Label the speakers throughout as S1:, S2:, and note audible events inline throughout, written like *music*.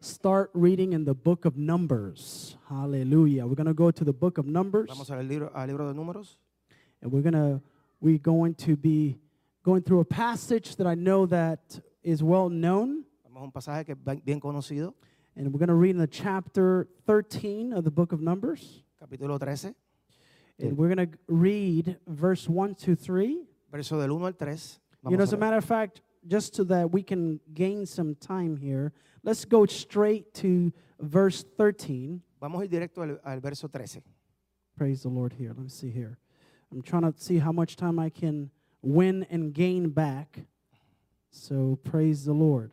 S1: start reading in the book of Numbers. Hallelujah. We're going to go to the book of Numbers
S2: Vamos al libro, al libro de números.
S1: and we're going to we're going to be going through a passage that I know that is well known
S2: Vamos a un pasaje que es bien- bien conocido,
S1: and we're going to read in the chapter 13 of the book of Numbers
S2: capítulo 13,
S1: and we're going to read verse 1 to 3.
S2: verso del 1 al 3.
S1: You know,
S2: Vamos
S1: as a
S2: a leer.
S1: matter of fact, just so that we can gain some time here, let's go straight to verse 13.
S2: Vamos a ir directo al, al verso 13.
S1: Praise the Lord here. Let me see here. I'm trying to see how much time I can win and gain back. So praise the Lord.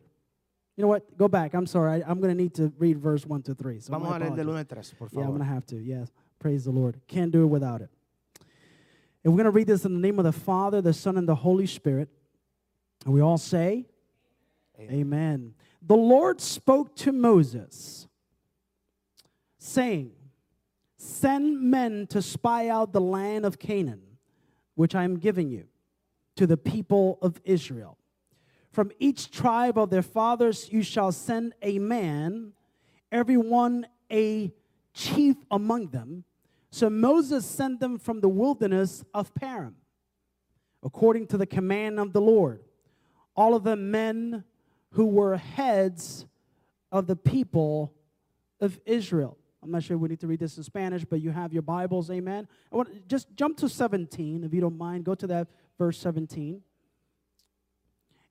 S1: You know what? Go back. I'm sorry. I, am going to need to read verse 1 to 3. So
S2: Vamos
S1: my
S2: a leer del
S1: apologies.
S2: 1 al 3, por
S1: Yeah, I'm
S2: favor.
S1: going to have to. Yes. Praise the Lord. Can't do it without it. And we're going to read this in the name of the Father, the Son, and the Holy Spirit. And we all say, Amen.
S2: Amen.
S1: The Lord spoke to Moses, saying, Send men to spy out the land of Canaan, which I am giving you, to the people of Israel. From each tribe of their fathers you shall send a man, every one a chief among them. So Moses sent them from the wilderness of Paran, according to the command of the Lord. All of the men who were heads of the people of Israel. I'm not sure we need to read this in Spanish, but you have your Bibles, amen. I want, just jump to 17, if you don't mind. Go to that verse 17.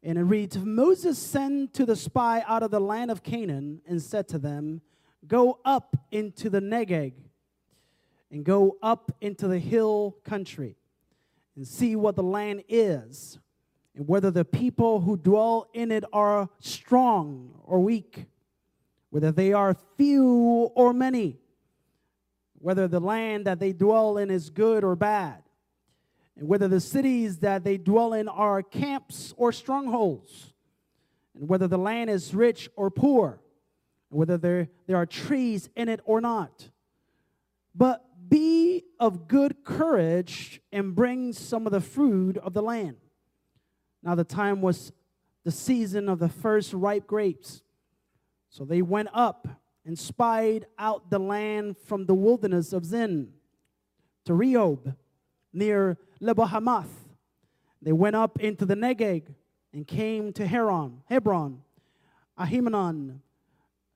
S1: And it reads Moses sent to the spy out of the land of Canaan and said to them, Go up into the Negeg and go up into the hill country and see what the land is and whether the people who dwell in it are strong or weak, whether they are few or many, whether the land that they dwell in is good or bad and whether the cities that they dwell in are camps or strongholds, and whether the land is rich or poor, and whether there, there are trees in it or not. But be of good courage and bring some of the fruit of the land. Now, the time was the season of the first ripe grapes. So they went up and spied out the land from the wilderness of Zin to Rehob near Lebohamath. They went up into the Negeg and came to Heron, Hebron, Ahimanon,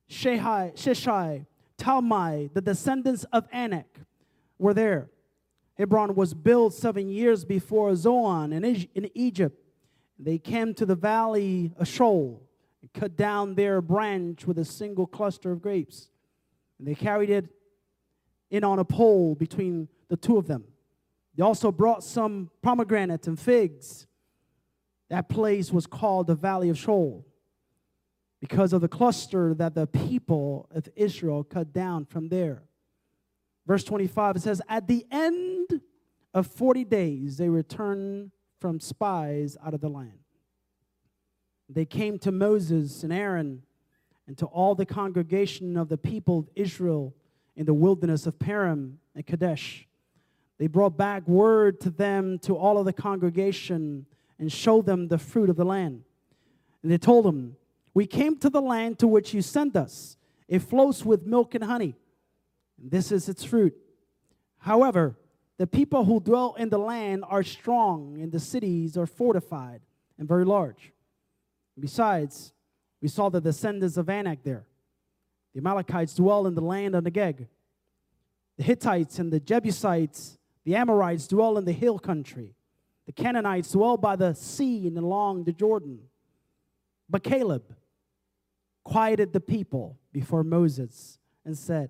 S1: Shehai, Sheshai, Talmai, the descendants of Anak, were there. Hebron was built seven years before Zoan in, Egy- in Egypt. They came to the valley of Shol and cut down their branch with a single cluster of grapes. And they carried it in on a pole between the two of them. They also brought some pomegranates and figs. That place was called the Valley of Shoal because of the cluster that the people of Israel cut down from there. Verse 25 it says, At the end of 40 days, they returned from spies out of the land. They came to Moses and Aaron and to all the congregation of the people of Israel in the wilderness of Param and Kadesh. They brought back word to them, to all of the congregation, and showed them the fruit of the land. And they told them, We came to the land to which you sent us. It flows with milk and honey. And this is its fruit. However, the people who dwell in the land are strong, and the cities are fortified and very large. Besides, we saw the descendants of Anak there. The Amalekites dwell in the land of Negeg. The Hittites and the Jebusites, the Amorites dwell in the hill country. The Canaanites dwell by the sea and along the Jordan. But Caleb quieted the people before Moses and said,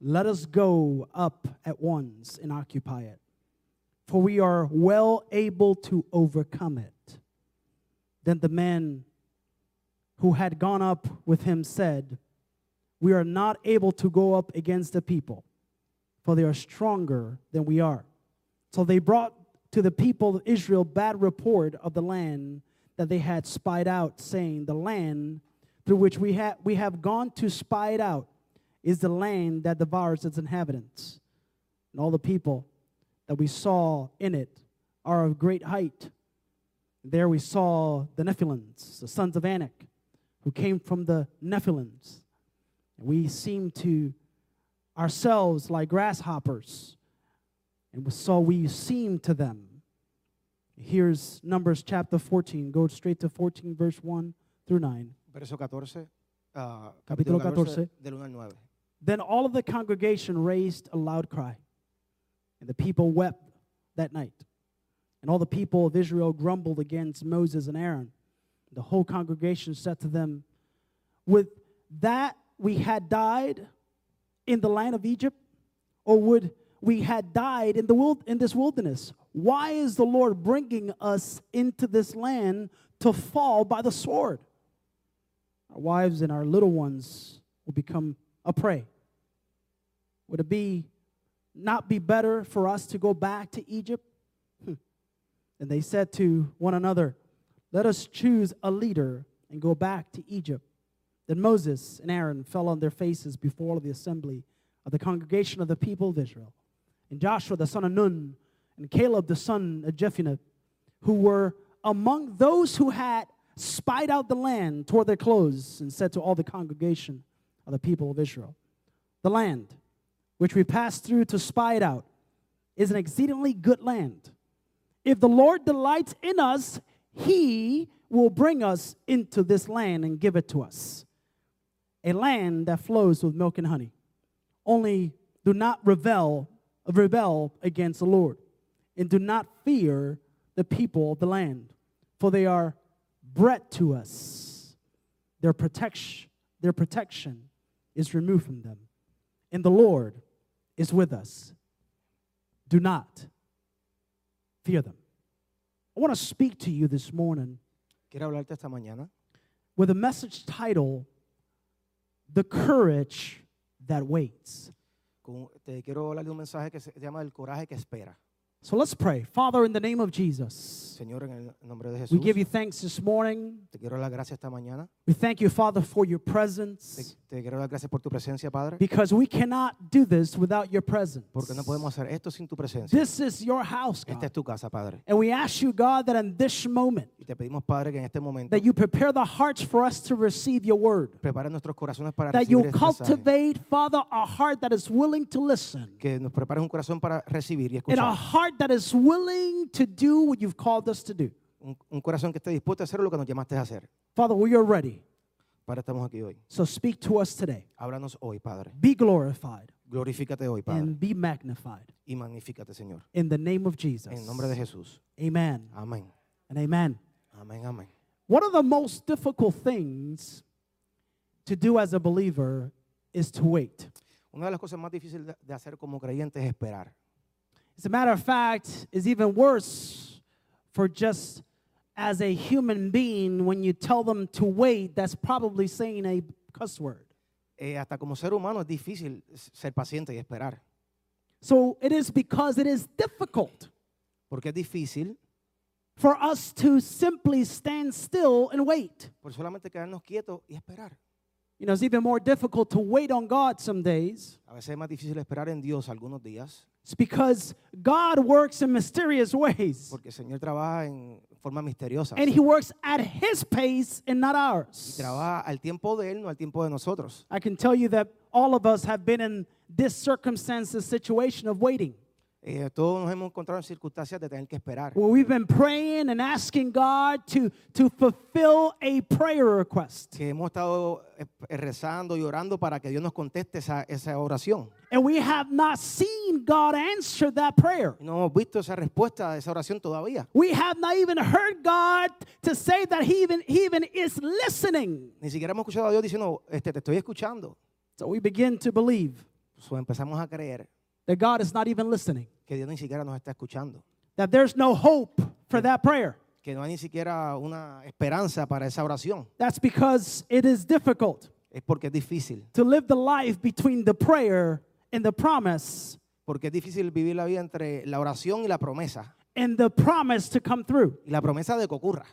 S1: Let us go up at once and occupy it, for we are well able to overcome it. Then the men who had gone up with him said, We are not able to go up against the people for they are stronger than we are. So they brought to the people of Israel bad report of the land that they had spied out, saying, The land through which we, ha- we have gone to spy it out is the land that devours its inhabitants. And all the people that we saw in it are of great height. There we saw the Nephilims, the sons of Anak, who came from the Nephilims. We seemed to ourselves like grasshoppers, and so we seemed to them. Here's Numbers chapter 14. Go straight to 14, verse 1 through 9.
S2: verso 14, ah,
S1: Capítulo 14.
S2: del 1 al 9.
S1: Then all of the congregation raised a loud cry, and the people wept that night. And all the people of Israel grumbled against Moses and Aaron. The whole congregation said to them, Would that we had died in the land of Egypt, or would we had died in, the wild, in this wilderness? Why is the Lord bringing us into this land to fall by the sword? Our wives and our little ones will become a prey. Would it be not be better for us to go back to Egypt? Hmm. And they said to one another, Let us choose a leader and go back to Egypt. Then Moses and Aaron fell on their faces before the assembly of the congregation of the people of Israel. And Joshua the son of Nun and Caleb the son of Jephunneh, who were among those who had spied out the land, tore their clothes, and said to all the congregation of the people of Israel, The land which we passed through to spy it out is an exceedingly good land. If the Lord delights in us, he will bring us into this land and give it to us. A land that flows with milk and honey. Only do not rebel, rebel against the Lord, and do not fear the people of the land, for they are bread to us. Their protection, their protection is removed from them, and the Lord is with us. Do not fear them. I want to speak to you this morning
S2: Quiero hablarte esta mañana
S1: with a message title The Courage That Waits.
S2: con- te quiero hablar de un mensaje que se llama el coraje que espera.
S1: So let's pray. Father, in the name of Jesus,
S2: Señor, en el nombre de
S1: we
S2: Jesús,
S1: give you thanks this morning.
S2: te quiero dar las gracias esta mañana.
S1: We thank you, Father, for your
S2: Te,
S1: presence
S2: te quiero dar gracias por tu presencia, Padre,
S1: because we cannot do this without your presence.
S2: porque no podemos hacer esto sin tu presencia.
S1: This is your house,
S2: Esta es
S1: God.
S2: tu casa, Padre.
S1: And we ask you, God, that in this moment,
S2: Y te pedimos, Padre, que en este momento
S1: that you prepare the hearts for us to receive your word.
S2: prepares nuestros corazones para
S1: That you
S2: recibir este mensaje.
S1: cultivate, Father, a heart that is willing to listen.
S2: Que nos prepares un corazón para recibir y
S1: And a
S2: escuchar.
S1: heart that is willing to do what you've called us to do.
S2: Un, un corazón que esté dispuesto a hacer lo que nos llamaste a hacer.
S1: Father, we are ready.
S2: Padre, estamos aquí hoy.
S1: So speak to us today.
S2: Háblanos hoy, Padre.
S1: Be glorified
S2: Glorifícate hoy, Padre.
S1: and be magnified.
S2: Y magníficate, Señor.
S1: In the name of Jesus.
S2: En el nombre de Jesús.
S1: Amen
S2: Amén.
S1: and amen.
S2: Amén, amén.
S1: One of the most difficult things to do as a believer is to wait.
S2: Una de las cosas más difíciles de- de hacer como creyentes es esperar.
S1: As a matter of fact, it's even worse for just as a human being when you tell them to wait, that's probably saying a cuss word.
S2: Eh, hasta como ser humano es difícil s- ser paciente y esperar.
S1: So it is because it is difficult
S2: Porque es difícil
S1: for us to simply stand still and wait.
S2: por solamente quedarnos quietos y esperar.
S1: You know, it's even more difficult to wait on God some days.
S2: A veces es más difícil esperar en Dios algunos días.
S1: It's because God works in mysterious ways
S2: Porque el Señor trabaja en forma misteriosa.
S1: and He works at His pace and not
S2: Y
S1: ours.
S2: trabaja al tiempo de Él, no al tiempo de nosotros.
S1: I can tell you that all of us have been in this circumstance, this situation of waiting,
S2: Eh, todos nos hemos encontrado en circunstancias de tener que esperar.
S1: where we've been praying and asking God to, to fulfill a prayer request.
S2: Que hemos estado eh, eh, rezando y orando para que Dios nos conteste esa, esa oración.
S1: And we have not seen God answer that prayer.
S2: Y No hemos visto esa respuesta de esa oración todavía.
S1: We have not even heard God to say that He even, he even is listening.
S2: Ni siquiera hemos escuchado a Dios diciendo, este, te estoy escuchando.
S1: So we begin to believe
S2: So, empezamos a creer
S1: that God is not even listening,
S2: que Dios ni siquiera nos está escuchando.
S1: that there's no hope for that prayer.
S2: Que no hay ni siquiera una esperanza para esa oración.
S1: That's because it is difficult
S2: Es porque es difícil.
S1: to live the life between the prayer and the promise
S2: porque es difícil vivir la vida entre la oración y la promesa,
S1: and the promise to come through.
S2: y la promesa de que ocurra.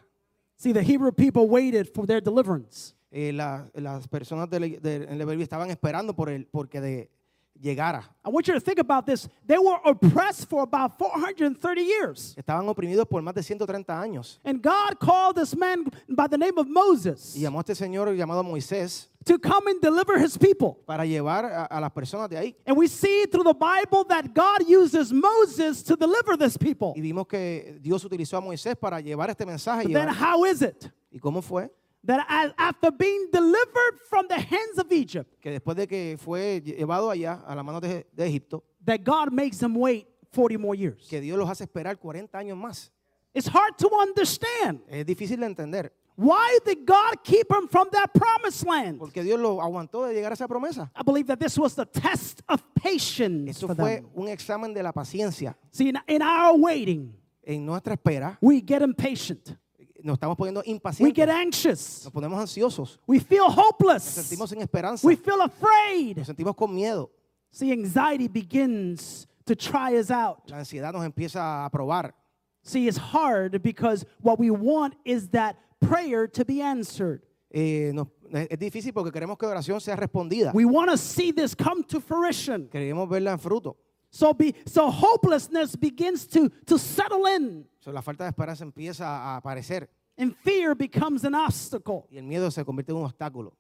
S1: See, the Hebrew people waited for their deliverance.
S2: Eh, la- las personas de, la- de- en la Biblia estaban esperando por el, porque de llegara.
S1: I want you to think about this. They were oppressed for about 430 years.
S2: Estaban oprimidos por más de 130 años.
S1: And God called this man by the name of Moses
S2: Y llamó a este señor llamado Moisés
S1: to come and deliver his people.
S2: para llevar a, a las personas de ahí.
S1: And we see through the Bible that God uses Moses to deliver this people.
S2: Y vimos que Dios utilizó a Moisés para llevar este mensaje.
S1: But
S2: y
S1: then
S2: llevar-
S1: how is it
S2: ¿Y cómo fue?
S1: that as- after being delivered from the hands of Egypt,
S2: Que después de que fue llevado allá a la mano de, de Egipto,
S1: that God makes them wait 40 more years?
S2: que Dios los hace esperar 40 años más.
S1: It's hard to understand.
S2: Es difícil de entender,
S1: Why did God keep him from that promised land?
S2: porque Dios lo aguantó de llegar a esa promesa.
S1: I believe that this was the test of patience
S2: Eso
S1: for
S2: fue
S1: them.
S2: un examen de la paciencia.
S1: See, in, in our waiting,
S2: En nuestra espera,
S1: we get impatient.
S2: nos estamos poniendo
S1: We get
S2: impacientes,
S1: anxious.
S2: nos ponemos ansiosos,
S1: We feel
S2: nos
S1: hopeless.
S2: sentimos sin esperanza,
S1: We
S2: nos
S1: feel afraid.
S2: sentimos con miedo.
S1: See, anxiety begins to try us out.
S2: La ansiedad nos empieza a probar.
S1: See, it's hard because what we want is that prayer to be answered.
S2: Eh, nos- es es difícil porque queremos que la oración sea respondida.
S1: We want to see this come to fruition.
S2: Queremos verla en fruto.
S1: So, be, so hopelessness begins to, to settle in,
S2: So, la falta de esperanza empieza a aparecer
S1: and fear becomes an obstacle.
S2: y el miedo se convierte en un obstáculo.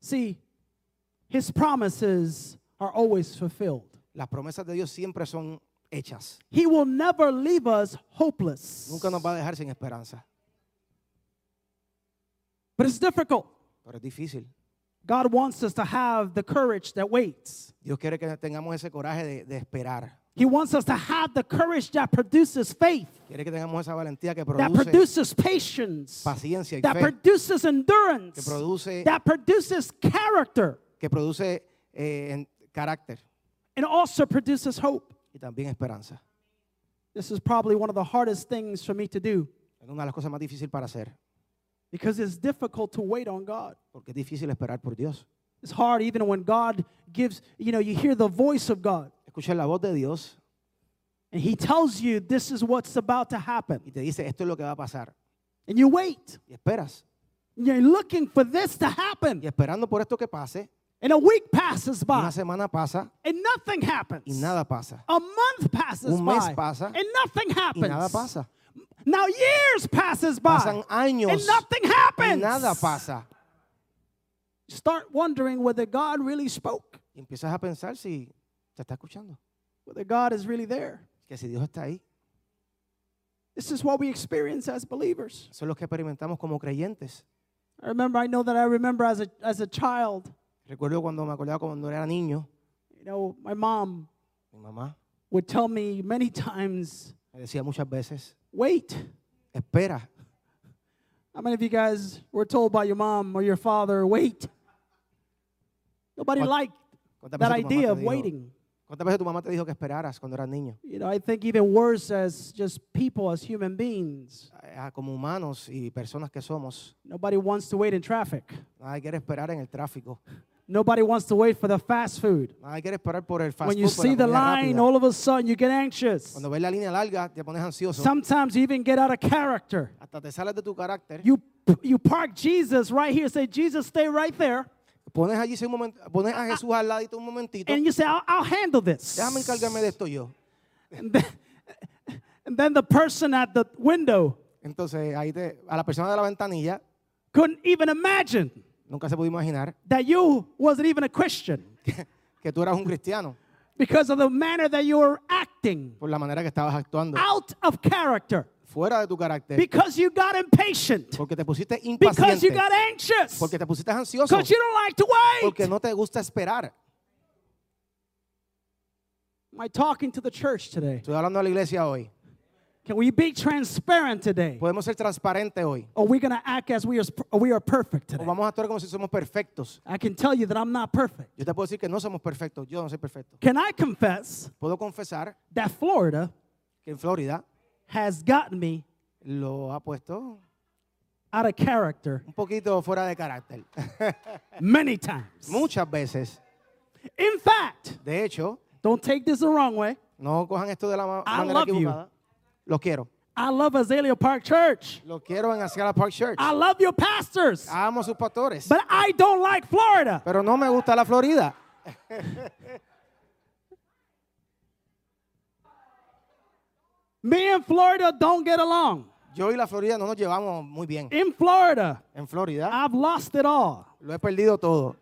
S1: See, his promises are always fulfilled.
S2: Las promesas de Dios siempre son hechas.
S1: He will never leave us hopeless.
S2: Nunca nos va a dejar sin esperanza.
S1: But it's difficult.
S2: Pero es difícil.
S1: God wants us to have the courage that waits.
S2: Dios quiere que tengamos ese coraje de, de esperar.
S1: He wants us to have the courage that produces faith,
S2: Quiere que tengamos esa valentía que
S1: that
S2: produce
S1: produces patience,
S2: paciencia y
S1: that
S2: fe,
S1: produces endurance,
S2: Que produce-
S1: that produces character,
S2: que produce eh, en- carácter
S1: and also produces hope.
S2: y también esperanza.
S1: This is probably one of the hardest things for me to do
S2: Es una de las cosas más difíciles para hacer,
S1: because it's difficult to wait on God.
S2: porque es difícil esperar por Dios.
S1: It's hard even when God gives, you know, you hear the voice of God
S2: Escucha la voz de Dios
S1: and He tells you this is what's about to
S2: y
S1: happen.
S2: te dice, esto es lo que va a pasar.
S1: And you wait.
S2: Y esperas.
S1: You're looking for this to
S2: Y
S1: happen.
S2: esperando por esto que pase,
S1: And a week passes
S2: una
S1: by
S2: semana pasa
S1: and nothing happens.
S2: y nada pasa.
S1: A month passes
S2: Un mes
S1: by
S2: pasa
S1: and nothing
S2: Y
S1: happens.
S2: nada pasa.
S1: Now years passes by
S2: Pasan
S1: and
S2: años
S1: nothing
S2: y
S1: happens.
S2: nada pasa.
S1: Start wondering whether God really spoke,
S2: Y empiezas a pensar si te está escuchando,
S1: whether God is really there.
S2: que si Dios está ahí.
S1: This is what we experience as believers.
S2: Eso es lo que experimentamos como creyentes.
S1: I remember, I know that I remember as a, as a child,
S2: Recuerdo cuando me acordaba cuando era niño,
S1: you know, my mom
S2: mi mamá
S1: would tell me many times,
S2: me decía muchas veces,
S1: wait.
S2: espera.
S1: How many of you guys were told by your mom or your father, wait? Nobody
S2: What-
S1: liked
S2: ¿Cuántas
S1: that
S2: veces tu mamá te
S1: idea of
S2: dijo-
S1: waiting.
S2: ¿Cuántas veces tu mamá te dijo que esperaras cuando eras niño?
S1: You know, I think even worse as just people, as human beings,
S2: Ah, Como humanos y personas que somos,
S1: nobody wants to wait in traffic.
S2: nadie quiere esperar en el tráfico.
S1: Nobody wants to wait for the fast food.
S2: Nadie quiere esperar por el fast
S1: When you
S2: food, por la
S1: see the
S2: comida
S1: line,
S2: rápida.
S1: all of a sudden you get anxious.
S2: Cuando ves la línea larga, te pones ansioso.
S1: Sometimes you even get out of character.
S2: Hasta te sales de tu carácter.
S1: You you park Jesus right here. Say, Jesus, stay right there,
S2: Pones allí un momento, pones a Jesús al ladito un momentito.
S1: and you say, I'll, I'll handle this.
S2: Déjame encargarme de esto yo.
S1: And then, and then the person at the window
S2: Entonces ahí te, a la persona de la ventanilla
S1: couldn't even imagine
S2: nunca se pudo imaginar
S1: that you wasn't even a Christian
S2: que tú eras un cristiano
S1: because of the manner that you were acting.
S2: por la manera que estabas actuando,
S1: out of character
S2: fuera de tu carácter,
S1: because you got impatient,
S2: porque te pusiste
S1: because you
S2: impaciente,
S1: got anxious,
S2: porque te pusiste ansioso,
S1: because you don't like to
S2: porque
S1: wait.
S2: no te gusta esperar.
S1: Am I talking to the church today?
S2: Estoy hablando a la iglesia hoy.
S1: Can we be transparent today?
S2: Podemos ser transparentes hoy.
S1: Or we going to act as we are, or we are perfect
S2: O
S1: today?
S2: vamos a actuar como si somos perfectos.
S1: I can tell you that I'm not perfect.
S2: Yo te puedo decir que no somos perfectos. Yo no soy perfecto.
S1: Can I confess
S2: Puedo confesar
S1: that Florida
S2: que en Florida
S1: has gotten me
S2: lo ha puesto
S1: out of character
S2: un poquito fuera de carácter.
S1: *laughs* many times?
S2: Muchas veces.
S1: In fact,
S2: De hecho,
S1: Don't take this the wrong way.
S2: No cojan esto de la ma-
S1: I
S2: manera
S1: love you.
S2: equivocada. Los quiero.
S1: I love Azalea Park Church.
S2: Los quiero en Ascala Park Church.
S1: I love your pastors.
S2: Amo sus pastores.
S1: But I don't like Florida.
S2: Pero no me gusta la Florida.
S1: Me and Florida don't get along.
S2: Yo y la Florida no nos llevamos muy bien.
S1: In Florida,
S2: En Florida
S1: I've lost it all
S2: lo he perdido todo.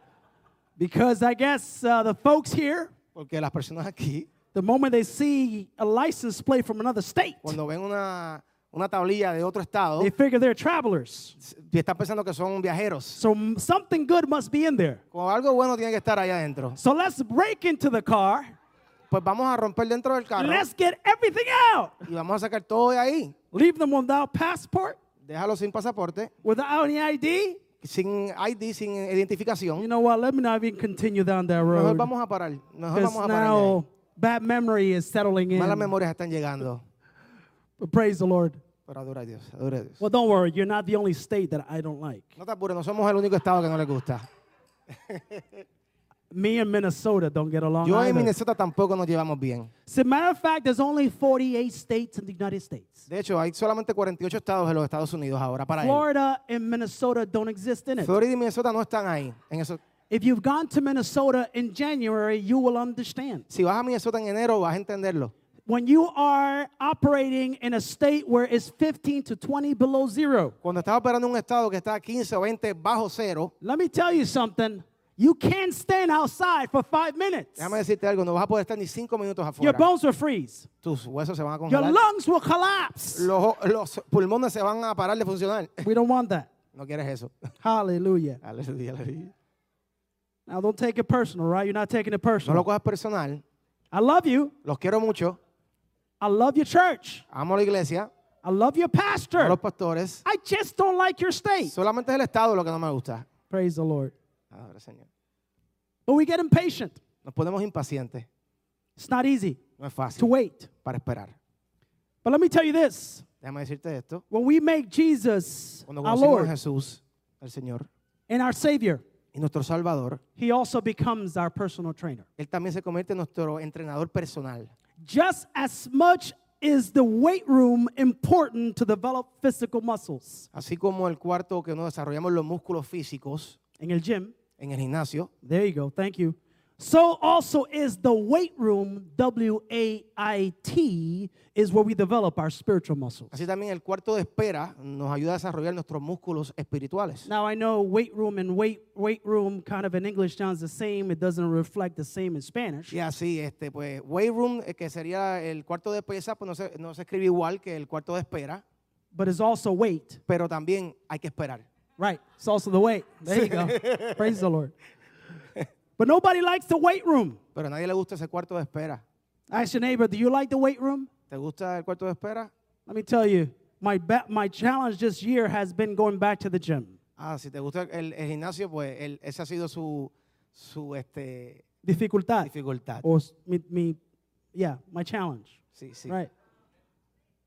S1: because I guess uh, the folks here,
S2: Porque las personas aquí,
S1: the moment they see a license plate from another state,
S2: cuando ven una, una tablilla de otro estado,
S1: they figure they're travelers.
S2: s- están pensando que son viajeros.
S1: So m- something good must be in there.
S2: Con algo bueno tiene que estar allá adentro.
S1: So let's break into the car.
S2: Pues vamos a romper dentro del carro
S1: Let's get everything out.
S2: y vamos a sacar todo de ahí.
S1: Leave them without passport,
S2: Déjalo sin pasaporte,
S1: without any ID.
S2: sin ID, sin
S1: You
S2: identificación.
S1: know what? Let me not even continue down that
S2: Mejor
S1: road.
S2: vamos a parar. Mejor
S1: Because
S2: vamos a parar. de
S1: now bad memory is settling
S2: ahí. Malas
S1: in.
S2: memorias están llegando.
S1: But praise the Lord.
S2: Pero adora a Dios, adora a Dios.
S1: Well, don't worry. You're not the only state that I don't like.
S2: No te apures, no somos el único estado que no le gusta.
S1: Me and Minnesota don't get along.
S2: Yo y
S1: either.
S2: Minnesota tampoco nos llevamos bien.
S1: As a matter of fact, there's only 48 states in the United States.
S2: De hecho, hay solamente 48 estados en los Estados Unidos ahora para él.
S1: Florida and Minnesota don't exist in it.
S2: Florida y Minnesota no están ahí. En eso.
S1: If you've gone to Minnesota in January, you will understand.
S2: Si vas a Minnesota en enero, vas a entenderlo.
S1: When you are operating in a state where it's 15 to 20 below zero,
S2: Cuando estás operando en un estado que está a 15 o 20 bajo cero,
S1: let me tell you something. You can't stand outside for five minutes.
S2: déjame decirte algo, no vas a poder estar ni 5 minutos
S1: Your
S2: afuera.
S1: bones will freeze.
S2: Tus huesos se van a
S1: Your
S2: congelar.
S1: lungs will collapse.
S2: Los, o- los pulmones se van a parar de funcionar. *laughs*
S1: We don't want that.
S2: No quieres eso. *laughs*
S1: Hallelujah.
S2: Aleluya, aleluya.
S1: Now, don't take it personal, right? You're not taking it
S2: No lo
S1: personal.
S2: cojas personal.
S1: I love you.
S2: Los quiero mucho.
S1: I love your church.
S2: Amo la iglesia.
S1: I love your
S2: A
S1: pastor.
S2: los pastores.
S1: I just don't like your state.
S2: Solamente es el estado lo que no me gusta.
S1: Praise the Lord.
S2: Ahora, Señor.
S1: But we get impatient.
S2: Nos ponemos impacientes.
S1: It's not easy
S2: No es
S1: to
S2: fácil
S1: wait.
S2: para esperar.
S1: But let me tell you this
S2: Déjame decirte esto.
S1: when we make Jesus
S2: Cuando
S1: our
S2: conocimos a
S1: Lord
S2: Jesús, el Señor,
S1: and our Savior,
S2: y nuestro Salvador,
S1: He also becomes our personal trainer.
S2: Él también se convierte en nuestro entrenador personal.
S1: Just as much is the weight room important to develop physical muscles.
S2: Así como el cuarto que nos desarrollamos los músculos físicos
S1: In the gym,
S2: en el gimnasio,
S1: There you go. Thank you. So also is the weight room, W A I T, is where we develop our spiritual muscles.
S2: así también el cuarto de espera nos ayuda a desarrollar nuestros músculos espirituales.
S1: Now I know weight room and weight weight room kind of in English sounds the same. It doesn't reflect the same in Spanish.
S2: Y así, este, pues, weight room, eh, que sería el cuarto de pesa, pues no se, no se escribe igual que el cuarto de espera,
S1: But it's also weight.
S2: pero también hay que esperar.
S1: Right. It's also the weight. There you go. Praise the Lord. But nobody likes the weight room.
S2: Pero a nadie le gusta ese cuarto de espera.
S1: Ask your neighbor, do you like the weight room?
S2: ¿Te gusta el cuarto de espera?
S1: Let me tell you, my ba- my challenge this year has been going back to the gym.
S2: Ah, si te gusta el, el gimnasio, pues el- esa ha sido su, su este,
S1: Dificultad.
S2: dificultad.
S1: or s- mi, mi yeah, my challenge,
S2: Sí, sí.
S1: right?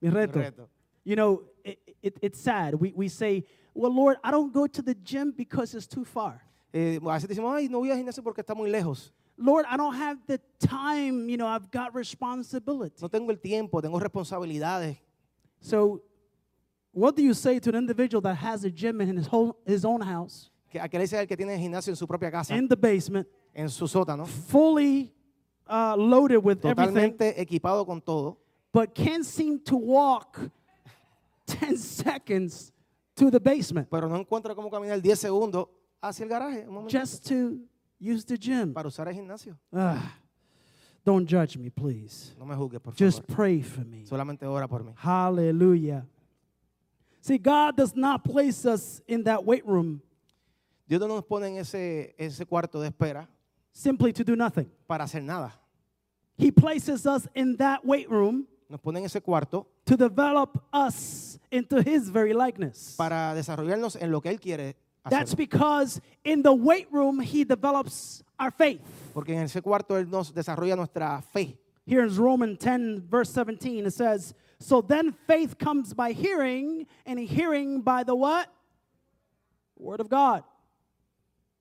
S1: Mi reto.
S2: reto.
S1: You know, it, it, it's sad. We, we say, well, Lord, I don't go to the gym because it's too far.
S2: Eh, a veces decimos, ay, no voy al gimnasio porque está muy lejos.
S1: Lord, I don't have the time. You know, I've got responsibility.
S2: No tengo el tiempo, tengo responsabilidades.
S1: So, what do you say to an individual that has a gym in his, whole, his own house,
S2: Que aquel es el que tiene el gimnasio en su propia casa,
S1: in the basement,
S2: en su sótano,
S1: fully uh, loaded with everything,
S2: totalmente equipado con todo,
S1: but can't seem to walk 10 seconds to the basement?
S2: pero no encuentra cómo caminar 10 segundos hacia el garaje, un momento,
S1: just to use the gym.
S2: para usar el gimnasio.
S1: Ah, don't judge me, please.
S2: No me juzgues, por favor.
S1: Just pray for me.
S2: Solamente ora por mí.
S1: Hallelujah. See, God does not place us in that weight room
S2: Dios no nos pone en ese, ese cuarto de espera
S1: simply to do nothing.
S2: para hacer nada.
S1: He places us in that weight room
S2: Nos pone en ese cuarto
S1: to develop us into His very likeness.
S2: para desarrollarnos en lo que Él quiere hacer.
S1: That's because in the weight room, He develops our faith.
S2: Porque en ese cuarto Él nos desarrolla nuestra fe.
S1: Here in Romans 10, verse 17, it says, So then faith comes by hearing, and hearing by the what? Word of God.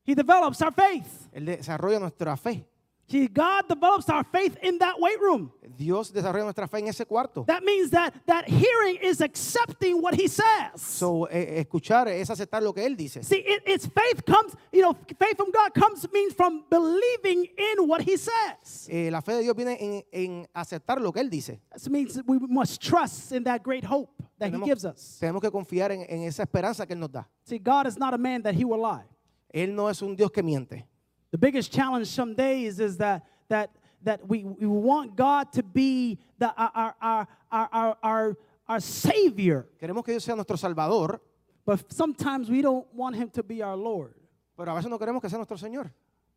S1: He develops our faith.
S2: Él desarrolla nuestra fe.
S1: See, God develops our faith in that weight room.
S2: Dios desarrolla nuestra fe en ese cuarto.
S1: That means that that hearing is accepting what He says.
S2: So, eh, escuchar es aceptar lo que Él dice.
S1: See, it, it's faith comes, you know, faith from God comes means from believing in what He says.
S2: Eh, la fe de Dios viene en, en aceptar lo que Él dice.
S1: This means that we must trust in that great hope that He
S2: Tenemos,
S1: gives us.
S2: tenemos que confiar en, en esa esperanza que Él nos da.
S1: See, God is not a man that He will lie.
S2: Él no es un Dios que miente.
S1: The biggest challenge some days is that that that we, we want God to be the our our our our our, our, our savior,
S2: Queremos que Dios sea nuestro Salvador,
S1: but sometimes we don't want Him to be our Lord.
S2: pero a veces no queremos que sea nuestro Señor.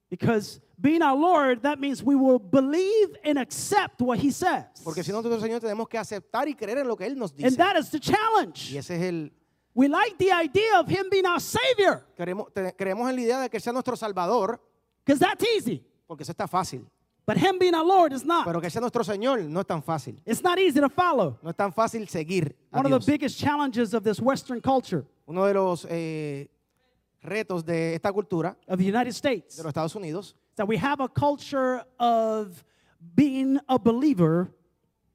S1: Because being our Lord, that means we will believe and accept what He says.
S2: Porque si no, nuestro Señor tenemos que aceptar y creer en lo que Él nos
S1: And
S2: dice.
S1: that is the challenge.
S2: Y ese es el...
S1: We like the idea of him being our savior
S2: Queremos, te- creemos en la idea de que sea nuestro Salvador,
S1: because that's easy.
S2: porque eso está fácil.
S1: But him being our Lord is not.
S2: Pero que sea nuestro Señor no es tan fácil.
S1: It's not easy to follow.
S2: No es tan fácil seguir a
S1: One of
S2: Dios.
S1: the biggest challenges of this Western culture
S2: Uno de los eh, retos de esta cultura
S1: of the United States
S2: de
S1: is
S2: los Estados Unidos,
S1: that we have a culture of being a believer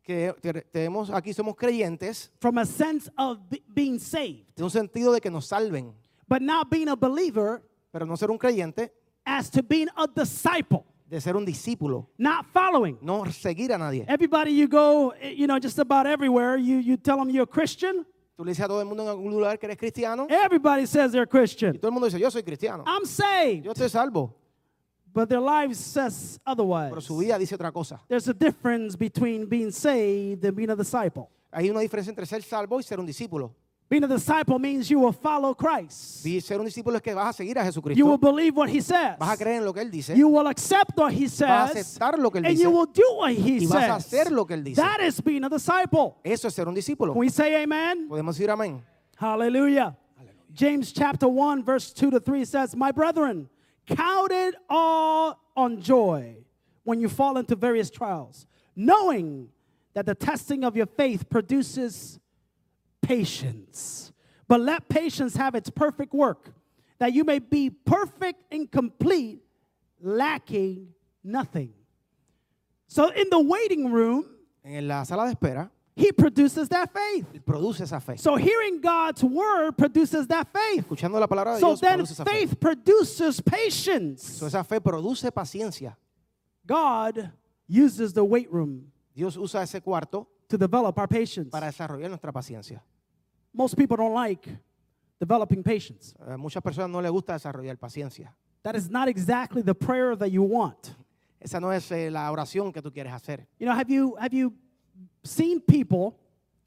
S2: que te- tenemos aquí somos creyentes,
S1: from a sense of be- being saved,
S2: de un sentido de que nos salven,
S1: but not being a believer
S2: pero no ser un creyente,
S1: as to being a disciple,
S2: de ser un discípulo,
S1: not following.
S2: no seguir a nadie.
S1: Everybody you go, eh, you know, just about everywhere, you, you tell them you're a Christian.
S2: Tú le dices a todo el mundo en algún lugar que eres cristiano
S1: Everybody says they're
S2: y
S1: Christian.
S2: todo el mundo dice, yo soy cristiano,
S1: I'm saved.
S2: yo estoy salvo,
S1: But their lives says otherwise.
S2: pero su vida dice otra cosa.
S1: There's a difference between being saved and being a disciple.
S2: Hay una diferencia entre ser salvo y ser un discípulo.
S1: Being a disciple means you will follow Christ.
S2: Y ser un discípulo es que vas a seguir a
S1: You will
S2: Jesucristo,
S1: believe what he says.
S2: vas a creer en lo que Él dice.
S1: You will accept what he
S2: Vas a
S1: says.
S2: aceptar lo que él
S1: And
S2: dice.
S1: you will do what he
S2: Y
S1: says.
S2: vas a hacer lo que él dice.
S1: That is being a disciple.
S2: Eso es ser un discípulo.
S1: Can we say amen?
S2: Podemos decir amén.
S1: Hallelujah. James chapter 1, verse 2 to 3 says, My brethren, count it all on joy when you fall into various trials, knowing that the testing of your faith produces patience. But let patience have its perfect work, that you may be perfect and complete, lacking nothing. So in the waiting room,
S2: En la sala de espera,
S1: he produces that faith.
S2: él produce esa fe.
S1: So hearing God's word produces that faith.
S2: Escuchando la palabra de
S1: So
S2: Dios,
S1: then
S2: produce esa fe.
S1: faith produces patience.
S2: So, esa fe produce paciencia.
S1: God uses the weight room
S2: Dios usa ese cuarto
S1: to develop our patience.
S2: para desarrollar nuestra paciencia.
S1: Most people don't like developing patience.
S2: A muchas personas no les gusta desarrollar paciencia.
S1: That is not exactly the prayer that you want.
S2: Esa no es eh, la oración que tú quieres hacer.
S1: You know, have you have you seen people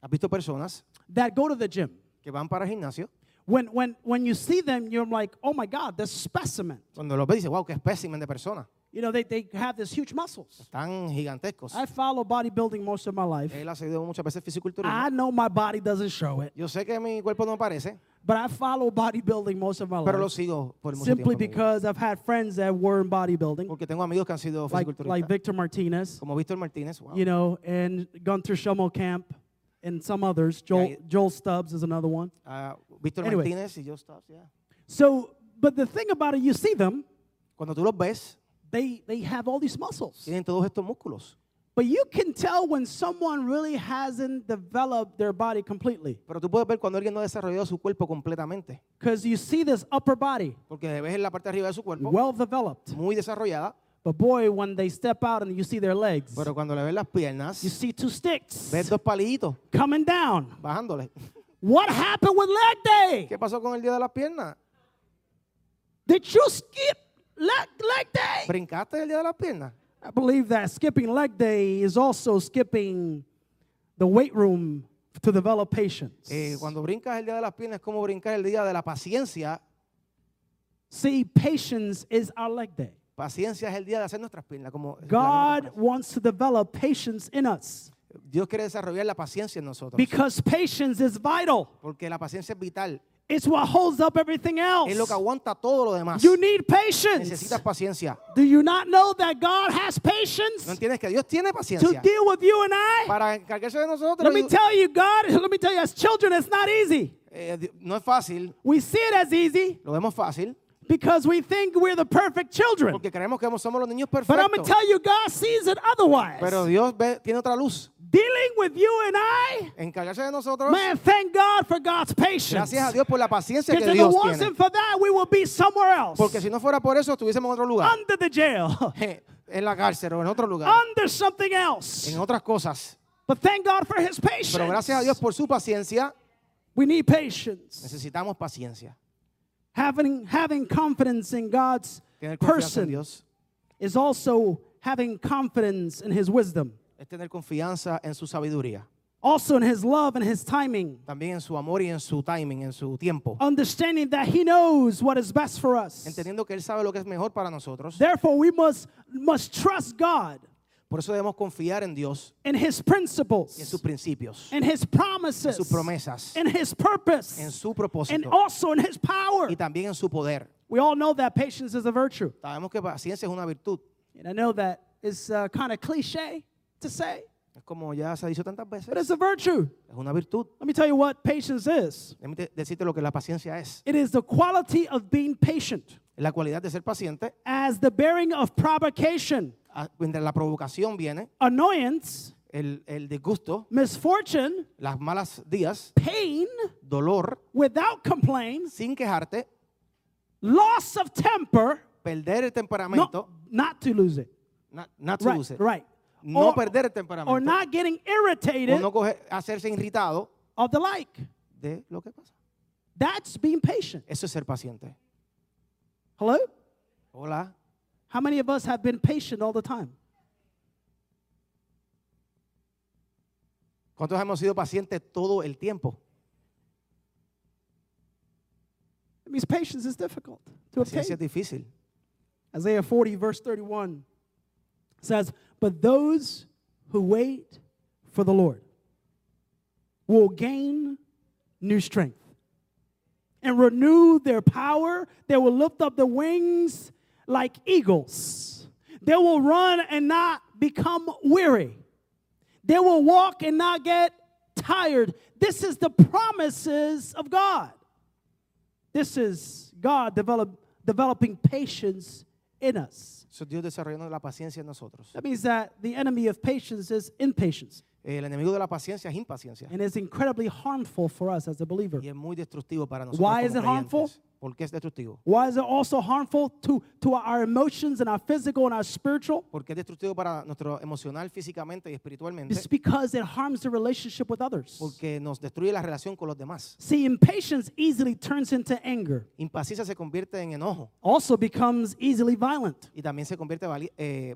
S2: ¿Has visto personas
S1: that go to the gym?
S2: que van para el gimnasio?
S1: When when when you see them, you're like, oh my God, they're specimen.
S2: Cuando los ves, dices, wow, qué espécimen de persona.
S1: You know, they, they have this huge muscles.
S2: Tan gigantescos.
S1: I follow bodybuilding most of my life.
S2: Él ha seguido muchas veces fisiculturismo.
S1: I know my body doesn't show it.
S2: Yo sé que mi cuerpo no parece,
S1: But I follow bodybuilding most of my
S2: pero lo
S1: life
S2: sigo por mucho tiempo.
S1: simply
S2: en mi vida.
S1: because I've had friends that were in bodybuilding,
S2: Porque tengo amigos que han sido
S1: like,
S2: fisiculturistas.
S1: like Victor Martinez,
S2: como Víctor Martínez, wow.
S1: you know, and Gunther Schummelkamp, and some others. Joel,
S2: Yeah, y-
S1: Joel Stubbs is another one.
S2: Ah, Víctor
S1: Anyway.
S2: Martínez y yo Stubbs, yeah.
S1: So, but the thing about it, you see them,
S2: Cuando tú los ves,
S1: they, they have all these muscles.
S2: tienen todos estos músculos.
S1: But you can tell when someone really hasn't developed their body completely
S2: Pero tú puedes ver cuando alguien no ha desarrollado su cuerpo completamente.
S1: because you see this upper body
S2: Porque ves en la parte de arriba de su cuerpo,
S1: well developed.
S2: muy desarrollada.
S1: But boy, when they step out and you see their legs,
S2: Pero cuando le ves las
S1: you
S2: piernas,
S1: see two sticks
S2: ves dos palitos
S1: coming down.
S2: bajándole. *laughs*
S1: What happened with leg day?
S2: ¿Qué pasó con el día de las piernas?
S1: Did you skip leg, leg day?
S2: ¿Brincaste el día de las piernas?
S1: I believe that skipping leg day is also skipping the weight room to develop patience.
S2: Eh, cuando brincas el día de las piernas es como brincar el día de la paciencia.
S1: See, patience is our leg day.
S2: Paciencia es el día de hacer nuestras piernas. Como
S1: God wants to develop patience in us
S2: Dios quiere desarrollar la paciencia en nosotros.
S1: because patience is vital.
S2: Porque la paciencia es vital.
S1: It's what holds up everything else.
S2: Es lo que aguanta todo lo demás.
S1: You need patience.
S2: Necesitas paciencia.
S1: Do you not know that God has
S2: ¿No
S1: patience
S2: entiendes que Dios tiene
S1: to
S2: paciencia
S1: deal with you and I?
S2: para encargarse de nosotros?
S1: Let me
S2: y-
S1: tell you, God, *laughs* let me tell you, as children, it's not easy.
S2: eh, di- no es fácil,
S1: We see it as easy,
S2: lo vemos fácil,
S1: because we think we're the perfect children.
S2: porque creemos que somos los niños
S1: But I'm going
S2: perfectos.
S1: to tell you, God sees it otherwise.
S2: Pero Dios ve- tiene otra luz.
S1: Dealing with you and I,
S2: Encargarse de nosotros.
S1: man, thank God for God's patience.
S2: Gracias a Dios por la paciencia
S1: Because
S2: que
S1: if it
S2: Dios tiene.
S1: wasn't for that, we would be somewhere else.
S2: Porque si no fuera por eso, estuviésemos en otro lugar.
S1: Under the jail, *laughs*
S2: En la cárcel o en otro lugar.
S1: under something else.
S2: En otras cosas.
S1: But thank God for his patience.
S2: Pero gracias a Dios por su paciencia,
S1: we need patience.
S2: necesitamos paciencia.
S1: Having, having confidence in God's
S2: Tener confianza en
S1: person
S2: Dios
S1: is also having confidence in his wisdom,
S2: es tener confianza en su sabiduría.
S1: also in his love and his timing.
S2: También en su amor y en su timing, en su
S1: Oh.
S2: tiempo.
S1: Understanding that he knows what is best for us.
S2: Entendiendo que Él sabe lo que es mejor para nosotros.
S1: Therefore, we must, must trust God
S2: Por eso debemos confiar en Dios
S1: in his
S2: y en sus
S1: principles,
S2: principios,
S1: in his promises,
S2: sus promesas,
S1: in his purpose,
S2: en su
S1: and
S2: propósito
S1: also in his power.
S2: y también en su poder.
S1: We all know that patience is a virtue.
S2: Sabemos que paciencia es una virtud.
S1: And I know that is uh, kind of cliche to say,
S2: Es como ya se ha dicho tantas
S1: but
S2: veces.
S1: it's a virtue.
S2: Es una virtud.
S1: Let me tell you what patience is
S2: Déjame te- decirte lo que la paciencia es.
S1: it is the quality of being patient,
S2: Es la cualidad de ser paciente.
S1: as the bearing of provocation,
S2: A- Mientras la provocación viene,
S1: annoyance,
S2: el, el disgusto,
S1: misfortune,
S2: las malas días,
S1: pain,
S2: dolor,
S1: without complaints,
S2: sin quejarte,
S1: loss of temper,
S2: perder
S1: no,
S2: el temperamento,
S1: not to lose it.
S2: not, not to lose
S1: Right,
S2: it.
S1: right.
S2: No perder el temperamento.
S1: or not getting
S2: O
S1: irritated
S2: no coger- hacerse irritado
S1: of the like.
S2: de lo que pasa.
S1: That's being patient.
S2: Eso es ser paciente.
S1: Hello?
S2: Hola.
S1: How many of us have been patient all the time?
S2: ¿Cuántos hemos sido pacientes todo el tiempo?
S1: It means patience is difficult to
S2: Paciencia
S1: obtain.
S2: es difícil.
S1: Isaiah 40, verse 31 says, But those who wait for the Lord will gain new strength and renew their power. They will lift up their wings like eagles. They will run and not become weary. They will walk and not get tired. This is the promises of God. This is God develop, developing patience in us.
S2: Eso es Dios desarrollando la paciencia en nosotros.
S1: That means that the enemy of patience is impatience
S2: El enemigo de la paciencia es impaciencia.
S1: and is incredibly harmful for us as a believer.
S2: Y es muy destructivo para nosotros.
S1: Why is
S2: como
S1: it harmful?
S2: creyentes. ¿Por qué es destructivo?
S1: Why is it also harmful to, to our emotions and our physical and our spiritual?
S2: Porque es destructivo para nuestro emocional, físicamente y espiritualmente.
S1: It's because it harms the relationship with others.
S2: Porque nos destruye la relación con los demás.
S1: See, impatience easily turns into anger,
S2: Impaciencia se convierte en enojo
S1: also becomes easily violent.
S2: y también se convierte vali- eh,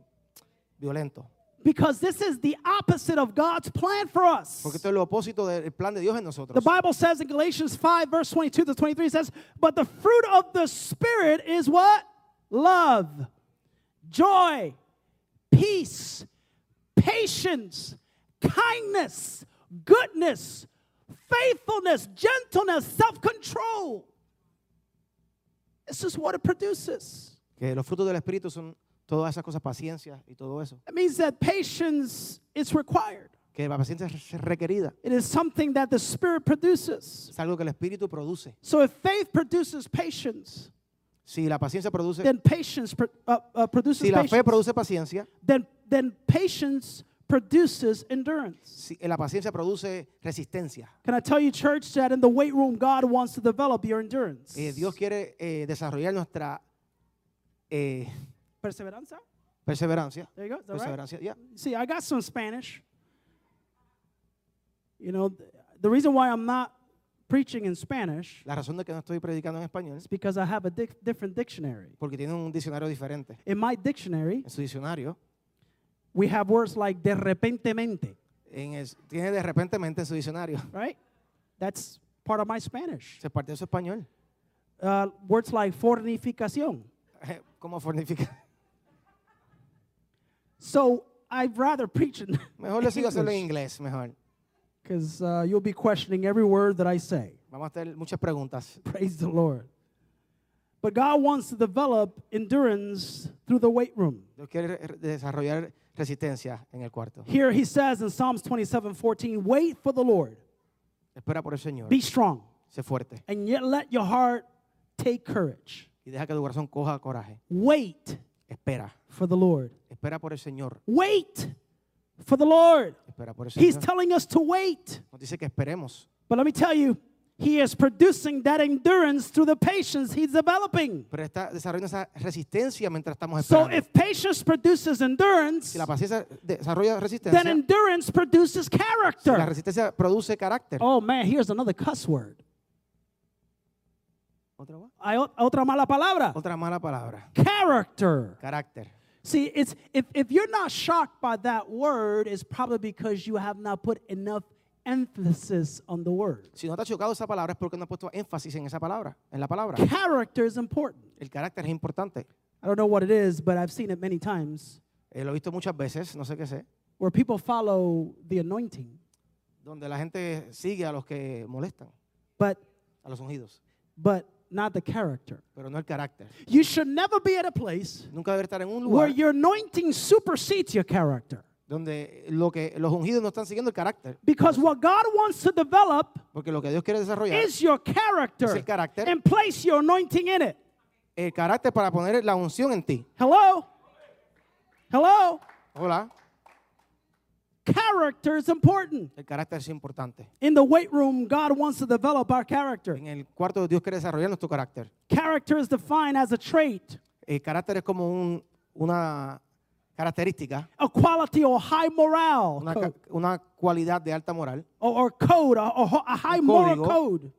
S2: violento.
S1: Because this is the opposite of God's plan for us.
S2: Porque esto es lo opósito del plan de Dios en nosotros.
S1: The Bible says in Galatians 5, verse 22 to 23, it says, But the fruit of the Spirit is what? Love, joy, peace, patience, kindness, goodness, faithfulness, gentleness, self control. This is what it produces.
S2: Que los frutos del Espíritu son todas esas cosas, paciencia y todo eso.
S1: That means that patience is required,
S2: Que la paciencia es requerida.
S1: it is something that the Spirit produces.
S2: Es algo que el Espíritu produce.
S1: So if faith produces patience,
S2: Si la paciencia produce,
S1: then patience pr- uh, uh, produces
S2: si la fe
S1: patience.
S2: produce paciencia,
S1: then, then patience produces endurance.
S2: si eh, la paciencia produce resistencia.
S1: Can I tell you, church, that in the weight room, God wants to develop your endurance?
S2: Eh, Dios quiere eh, desarrollar nuestra eh,
S1: Perseveranza?
S2: perseverancia.
S1: There you go. Is that right?
S2: Perseverancia, ya.
S1: See, I got some Spanish. You know, th- the reason why I'm not preaching in Spanish
S2: La razón de que no estoy predicando en español
S1: is because I have a dic- different dictionary.
S2: porque tiene un diccionario diferente.
S1: In my dictionary,
S2: En su diccionario,
S1: we have words like de repentemente,
S2: en el- tiene de repente en su diccionario. *laughs*
S1: right? That's part of my Spanish.
S2: Se parte de su español.
S1: Uh, words like fornificación.
S2: Eh, ¿Cómo fornifica? *laughs*
S1: So I'd rather preach it
S2: *laughs* Mejor le sigo hacerlo en inglés, mejor.
S1: because uh, you'll be questioning every word that I say. *laughs*
S2: Vamos a hacer muchas preguntas.
S1: Praise the Lord. But God wants to develop endurance through the weight room.
S2: Dios quiere re- desarrollar resistencia en el cuarto.
S1: Here he says in Psalms 27 14, wait for the Lord,
S2: Espera por el Señor.
S1: be strong,
S2: Sé fuerte.
S1: and yet let your heart take courage.
S2: y deja que tu corazón coja coraje.
S1: Wait
S2: Espera,
S1: for the Lord.
S2: espera por el Señor.
S1: Wait for the Lord.
S2: Espera por el
S1: He's
S2: Señor.
S1: telling us to wait.
S2: Nos dice que esperemos.
S1: But let me tell you, He is producing that endurance through the patience He's developing.
S2: Pero está desarrollando esa resistencia mientras estamos
S1: So
S2: esperando.
S1: if patience produces endurance,
S2: si la paciencia desarrolla resistencia,
S1: then endurance produces character.
S2: la resistencia produce carácter.
S1: Oh man, here's another cuss word.
S2: ¿Otra, what?
S1: Hay o- otra mala palabra.
S2: Otra mala palabra,
S1: Character.
S2: carácter.
S1: See, it's if, if you're not shocked by that word, it's probably because you have not put enough emphasis on the word.
S2: Si no te ha chocado esa palabra es porque no has puesto énfasis en esa palabra, en la palabra.
S1: Character is important.
S2: El carácter es importante.
S1: I don't know what it is, but I've seen it many times
S2: Eh, lo he visto muchas veces, no sé qué sé,
S1: where people follow the anointing,
S2: donde la gente sigue a los que molestan,
S1: but
S2: a los ungidos,
S1: but not the character.
S2: pero no el carácter.
S1: You should never be at a place
S2: Nunca debe estar en un
S1: where
S2: lugar
S1: your anointing supersedes your character.
S2: donde lo que los ungidos no están siguiendo el carácter,
S1: Because what God wants to develop
S2: porque lo que Dios quiere desarrollar
S1: is your character,
S2: Es el carácter.
S1: and place your anointing in it.
S2: el carácter para poner la unción en ti.
S1: Hello? Hello?
S2: Hola,
S1: Character is important.
S2: el carácter es importante.
S1: In the weight room, God wants to develop our character.
S2: En el cuarto Dios quiere desarrollar nuestro carácter.
S1: Character is defined as a trait,
S2: El carácter es como un- una característica,
S1: a quality or high morale *laughs*
S2: una,
S1: code,
S2: ca- una cualidad de alta moral.
S1: or, or code, or, or ho- a high
S2: Un
S1: moral
S2: código.
S1: code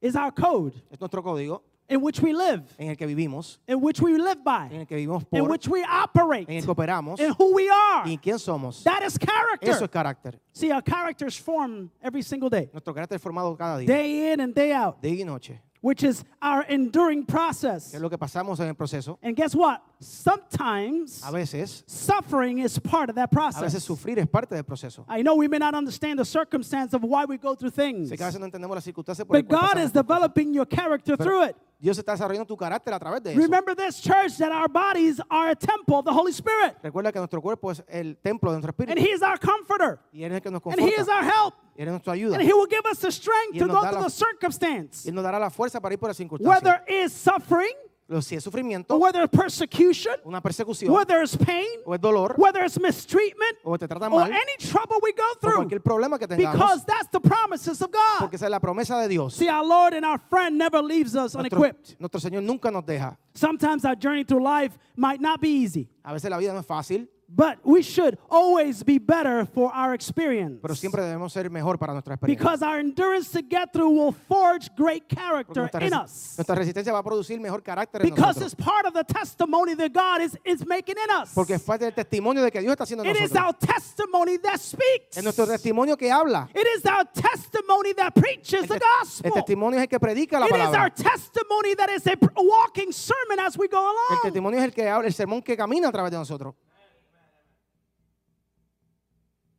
S1: is our code
S2: Es nuestro código
S1: in which we live,
S2: en el que vivimos,
S1: in which we live
S2: en
S1: by,
S2: el que vivimos
S1: in
S2: por,
S1: which we operate,
S2: en el que operamos
S1: in who we are.
S2: y en quién somos.
S1: That is
S2: Eso es
S1: character.
S2: carácter.
S1: See, our characters form every single day,
S2: Nuestro carácter es formado cada día,
S1: day in and day out.
S2: día y noche.
S1: which is our enduring process.
S2: Es lo que pasamos en el proceso.
S1: And guess what? Sometimes
S2: A veces,
S1: suffering is part of that
S2: a veces
S1: process.
S2: sufrir es parte del proceso.
S1: I know we may not understand the circumstance of why we go through things,
S2: Sé que a veces no entendemos las circunstancias por las
S1: but
S2: cuales
S1: God
S2: pasamos.
S1: is developing your character
S2: Pero
S1: through it.
S2: Dios está desarrollando tu carácter a través de eso.
S1: Remember this, church, that our bodies are a temple of the Holy Spirit,
S2: Recuerda que nuestro cuerpo es el templo de nuestro
S1: and
S2: espíritu
S1: He is our comforter,
S2: y Él es el que nos
S1: and
S2: conforta.
S1: He is our help,
S2: y Él es nuestra ayuda.
S1: and He will give us the strength
S2: Y
S1: to
S2: Él nos
S1: go
S2: da
S1: through
S2: la-
S1: the circumstance,
S2: y Él nos dará la fuerza para ir por las circunstancias.
S1: whether it's suffering,
S2: Lo- si es sufrimiento,
S1: or whether it's persecution,
S2: Oh. una persecución,
S1: whether it's pain,
S2: o es dolor,
S1: whether it's mistreatment,
S2: o te tratan
S1: or
S2: mal,
S1: any trouble we go
S2: o
S1: through
S2: cualquier problema que tengamos,
S1: because that's the promises of
S2: porque
S1: God.
S2: esa es la promesa de Dios.
S1: See, our Lord and our friend never leaves us
S2: nuestro,
S1: unequipped.
S2: nuestro Señor nunca nos deja.
S1: Sometimes our journey through life might not be easy,
S2: A veces la vida no es fácil,
S1: but we should always be better for our experience.
S2: pero siempre debemos ser mejor para nuestra experiencia.
S1: Because our endurance to get through will forge great
S2: Porque
S1: character
S2: nuestra,
S1: in
S2: resi-
S1: us.
S2: nuestra resistencia va a producir mejor carácter en
S1: Because
S2: nosotros.
S1: it's part of the testimony that God is, is making in us.
S2: Porque es parte del testimonio de que Dios está haciendo en
S1: It is
S2: nosotros.
S1: our testimony that speaks.
S2: Es nuestro testimonio que habla.
S1: It is our testimony that preaches
S2: El,
S1: the
S2: te-
S1: gospel.
S2: el testimonio es el que predica la
S1: It is our
S2: palabra.
S1: testimony that is a pr- walking sermon as we go
S2: El
S1: along.
S2: testimonio es el que habla, el sermón que camina a través de nosotros.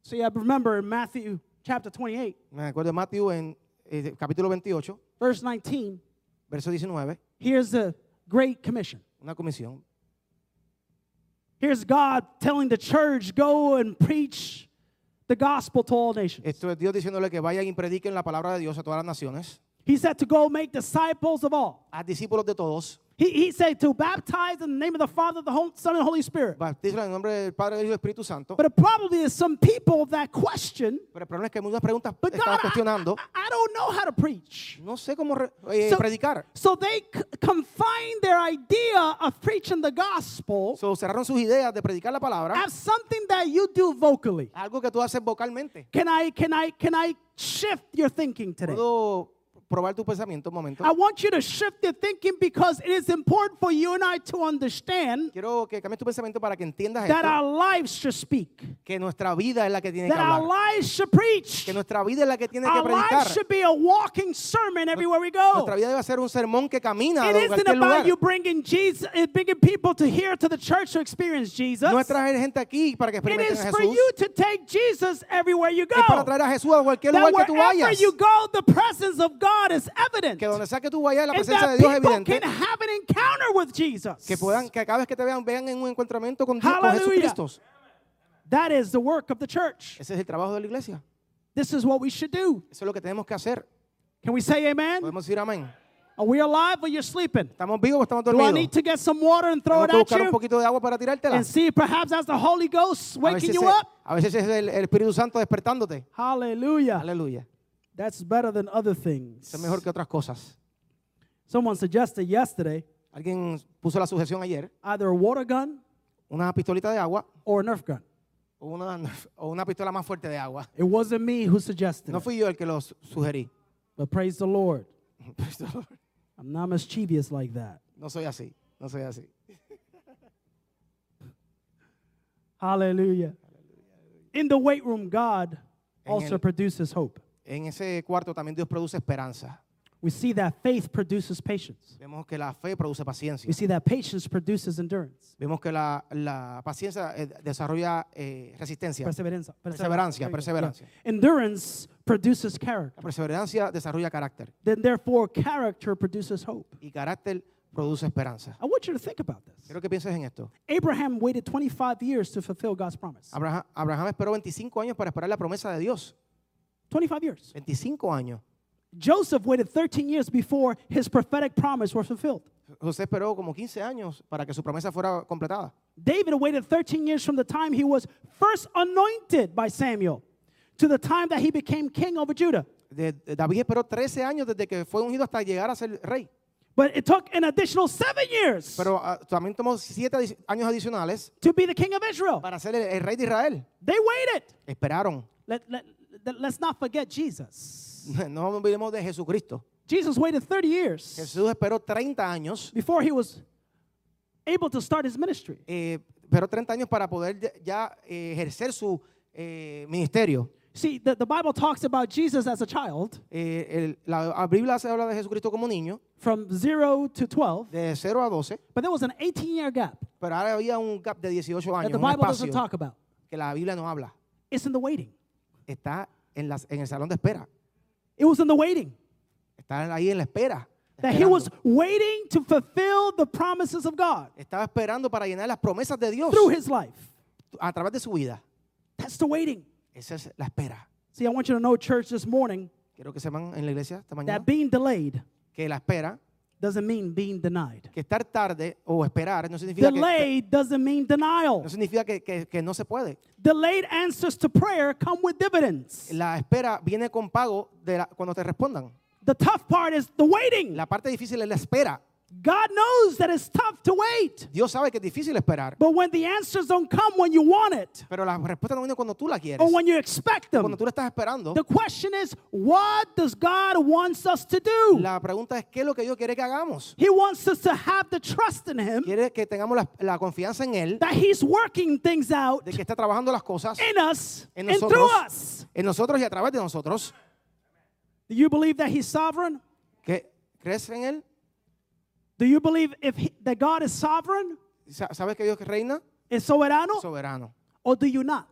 S1: So yeah, remember in Matthew chapter 28,
S2: Me acuerdo de Mateo en eh, capítulo 28,
S1: verse 19,
S2: verso 19,
S1: here's the great commission.
S2: una comisión.
S1: Here's God telling the church, go and preach the gospel to all nations.
S2: Esto es Dios diciéndole que vayan y prediquen la palabra de Dios a todas las naciones,
S1: He said to go make disciples of all.
S2: a discípulos de todos,
S1: He, he said to baptize in the name of the Father, the Hol- Son, and the Holy Spirit.
S2: bautízalo en el nombre del Padre, del Hijo y del Espíritu Santo.
S1: But the problem is some people that question,
S2: Pero el problema es que muchas preguntas
S1: but
S2: están
S1: God, I,
S2: cuestionando.
S1: I- I don't know how to preach.
S2: No sé cómo re- eh,
S1: So-
S2: predicar.
S1: So they c- confine their idea of preaching the gospel
S2: So, cerraron sus ideas de predicar la palabra,
S1: as something that you do vocally.
S2: algo que tú haces vocalmente.
S1: Can I can I can I shift your thinking today?
S2: Puedo probar tu pensamiento un momento.
S1: I want you to shift your thinking because it is important for you and I to understand
S2: Quiero que cambies tu pensamiento para que entiendas
S1: that
S2: esto,
S1: our lives should speak,
S2: que nuestra vida es la que tiene que
S1: that our
S2: hablar,
S1: lives should preach,
S2: que nuestra vida es la que tiene que
S1: our
S2: predicar.
S1: lives should be a walking sermon everywhere we go.
S2: Nuestra vida debe ser un sermón que camina
S1: It
S2: a
S1: isn't
S2: cualquier
S1: about
S2: lugar.
S1: you bringing Jesus, eh, bringing people to hear to the church to experience Jesus.
S2: No es traer gente aquí para que
S1: It
S2: experimenten
S1: is
S2: a
S1: for
S2: Jesús.
S1: you to take Jesus everywhere you
S2: Es para
S1: go.
S2: traer a Jesús a cualquier
S1: That
S2: lugar que tú
S1: wherever
S2: vayas.
S1: you go, the presence of God is evident.
S2: Que donde sea que tú vayas, la
S1: and
S2: presencia
S1: that
S2: de Dios es
S1: people
S2: evidente.
S1: can have an encounter with Jesus.
S2: Que puedan, que cada vez que te vean, vean en un encontramiento con Dios, con
S1: Hallelujah.
S2: Jesucristo.
S1: That is the work of the church.
S2: Ese es el trabajo de la iglesia.
S1: This is what we should do.
S2: Eso es lo que tenemos que hacer.
S1: Can we say amen?
S2: Podemos decir amén.
S1: Are we alive or you're sleeping?
S2: ¿Estamos vivos o estamos
S1: Do I need
S2: dormidos?
S1: to get some water and throw
S2: Tengo
S1: it
S2: que
S1: at
S2: buscar un
S1: you?
S2: poquito de agua para tirártela.
S1: And see, perhaps that's the Holy Ghost
S2: A
S1: waking
S2: veces,
S1: you
S2: es-
S1: up.
S2: a veces es el, el Espíritu Santo despertándote.
S1: Hallelujah.
S2: Aleluya.
S1: That's better than other things.
S2: Eso es mejor que otras cosas.
S1: Someone suggested yesterday
S2: Alguien puso la sujeción ayer,
S1: either a water gun
S2: una pistolita de agua
S1: or a Nerf gun.
S2: o una, *laughs* o una pistola más fuerte de agua.
S1: It wasn't me who suggested
S2: No
S1: it,
S2: fui yo el que lo su- sugerí. *laughs*
S1: but praise the Lord. I'm not mischievous like that.
S2: No soy así, no soy así.
S1: Hallelujah. In the weight room, God
S2: En
S1: also
S2: el-
S1: produces hope.
S2: En ese cuarto también Dios produce esperanza.
S1: We see that faith produces patience.
S2: Vemos que la fe produce paciencia.
S1: We see that patience produces endurance.
S2: Vemos que la, la paciencia eh, desarrolla eh, resistencia.
S1: Perseverance.
S2: Perseverancia, perseverancia.
S1: Endurance produces character.
S2: La perseverancia desarrolla carácter
S1: Then, therefore, character produces hope.
S2: y carácter produce esperanza.
S1: I want you to think about this.
S2: Quiero que pienses en esto.
S1: Abraham waited 25 years to fulfill God's promise.
S2: Abraham, Abraham esperó 25 años para esperar la promesa de Dios.
S1: 25 years.
S2: 25 años.
S1: Joseph waited 13 years before his prophetic promise was fulfilled.
S2: José esperó como 15 años para que su promesa fuera completada.
S1: David waited 13 years from the time he was first anointed by Samuel to the time that he became king over Judah.
S2: De- de- David esperó 13 años desde que fue ungido hasta llegar a ser rey.
S1: But it took an additional seven years
S2: Pero ah, también tomó 7 adi- años adicionales
S1: to be the king of Israel.
S2: para ser el, el rey de Israel.
S1: They waited.
S2: Esperaron. *laughs*
S1: Let, let, let, let's not forget Jesus.
S2: No nos olvidemos de Jesucristo.
S1: Jesus waited 30 years
S2: Jesús esperó 30 años.
S1: before he was able to start his ministry.
S2: eh, esperó 30 años para poder ya- ya eh, ejercer su eh, ministerio.
S1: See, the, the Bible talks about Jesus as a child
S2: Eh, el- la Biblia se habla de Jesucristo como niño,
S1: from 0 to 12,
S2: de 0 a 12,
S1: but there was an 18 year gap
S2: pero ahora había un gap de 18
S1: that
S2: años,
S1: the
S2: un
S1: Bible doesn't
S2: espacio
S1: talk about.
S2: que la Biblia no habla.
S1: It's in the waiting.
S2: Está en, las, en el salón de espera,
S1: It was in the waiting.
S2: está ahí en la espera.
S1: that he was
S2: esperando.
S1: waiting to fulfill the promises of God
S2: Estaba esperando para llenar las promesas de Dios
S1: through his life.
S2: a través de su vida.
S1: That's the waiting.
S2: Esa es la espera.
S1: See, I want you to know, church, this morning
S2: Quiero que sepan en la iglesia esta mañana
S1: that being delayed
S2: que la espera,
S1: doesn't mean being denied.
S2: que estar tarde o esperar no significa que,
S1: Delayed doesn't mean denial.
S2: no significa que- que- que no se puede.
S1: Delayed answers to prayer come with dividends.
S2: La espera viene con pago de la- cuando te respondan.
S1: The tough part is the waiting.
S2: La parte difícil es la espera.
S1: God knows that it's tough to wait,
S2: Dios sabe que es difícil esperar,
S1: but when the answers don't come when you want it
S2: pero la respuesta no viene cuando tú la quieres,
S1: or when you expect them,
S2: cuando tú la estás esperando.
S1: the question is, what does God wants us to do?
S2: La pregunta es qué es lo que Dios quiere que hagamos.
S1: He wants us to have the trust in Him
S2: Quiere que tengamos la, la confianza en Él,
S1: that He's working things out
S2: de que está trabajando las cosas
S1: in us
S2: en
S1: and through
S2: nosotros,
S1: us.
S2: en nosotros y a través de nosotros.
S1: Do you believe that He's sovereign?
S2: ¿Qué, ¿Crees en Él?
S1: Do you believe if he, that God is sovereign,
S2: Sa- ¿Sabes que Dios reina?
S1: is soberano,
S2: Soberano.
S1: or do you not?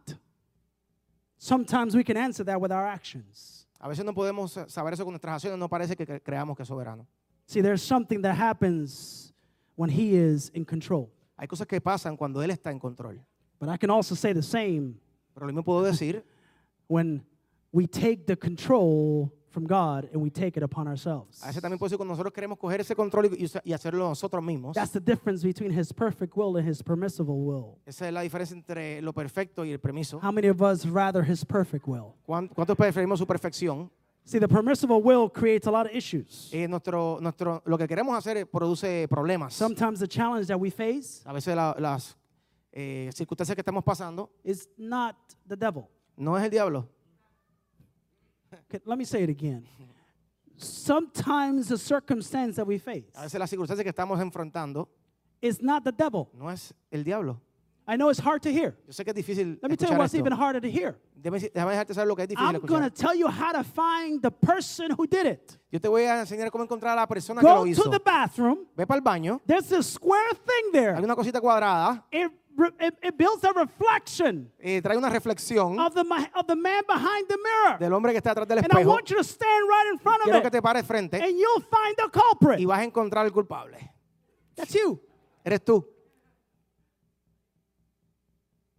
S1: Sometimes we can answer that with our actions.
S2: A veces no podemos saber eso con nuestras acciones, no parece que cre- creamos que es soberano.
S1: See, there's something that happens when He is in control.
S2: Hay cosas que pasan cuando Él está en control.
S1: But I can also say the same
S2: Pero lo mismo puedo decir
S1: when we take the control from God and we take it upon ourselves.
S2: A veces también puede ser cuando nosotros queremos coger ese control y, y usa- y hacerlo nosotros mismos.
S1: That's the difference between His perfect will and His permissible will.
S2: Esa es la diferencia entre lo perfecto y el permiso.
S1: How many of us rather his perfect will?
S2: ¿Cuán- ¿Cuántos preferimos su perfección?
S1: See, the permissible will creates a lot of issues.
S2: Eh, nuestro, nuestro, lo que queremos hacer eh, produce problemas.
S1: Sometimes the challenge that we face
S2: A veces la- las eh, circunstancias que estamos pasando
S1: is not the devil.
S2: no es el diablo.
S1: Okay, let me say it again. Sometimes the circumstance that we face
S2: A veces las circunstancias que estamos enfrentando
S1: is not the devil.
S2: no es el diablo.
S1: I know it's hard to hear.
S2: Yo sé que es difícil
S1: Let me tell you
S2: escuchar
S1: what's
S2: esto.
S1: even harder to hear.
S2: Déjame, deci- déjame dejarte saber lo que es difícil
S1: I'm going to
S2: escuchar.
S1: tell you how to find the person who did it.
S2: Yo te voy a enseñar cómo encontrar a la persona que
S1: Go
S2: lo hizo.
S1: to the bathroom.
S2: Ve para el baño.
S1: There's this square thing
S2: Hay
S1: there.
S2: una cosita cuadrada.
S1: It, re- it, it builds a reflection
S2: eh, trae una reflexión.
S1: of the, ma- of the man behind Mm-hmm. the mirror.
S2: del hombre que está atrás del
S1: And I
S2: espejo.
S1: want you to stand right in front
S2: Quiero que
S1: of
S2: te
S1: it,
S2: pares frente
S1: and you'll find the
S2: y
S1: culprit.
S2: vas a encontrar al culpable.
S1: That's you.
S2: Eres tú.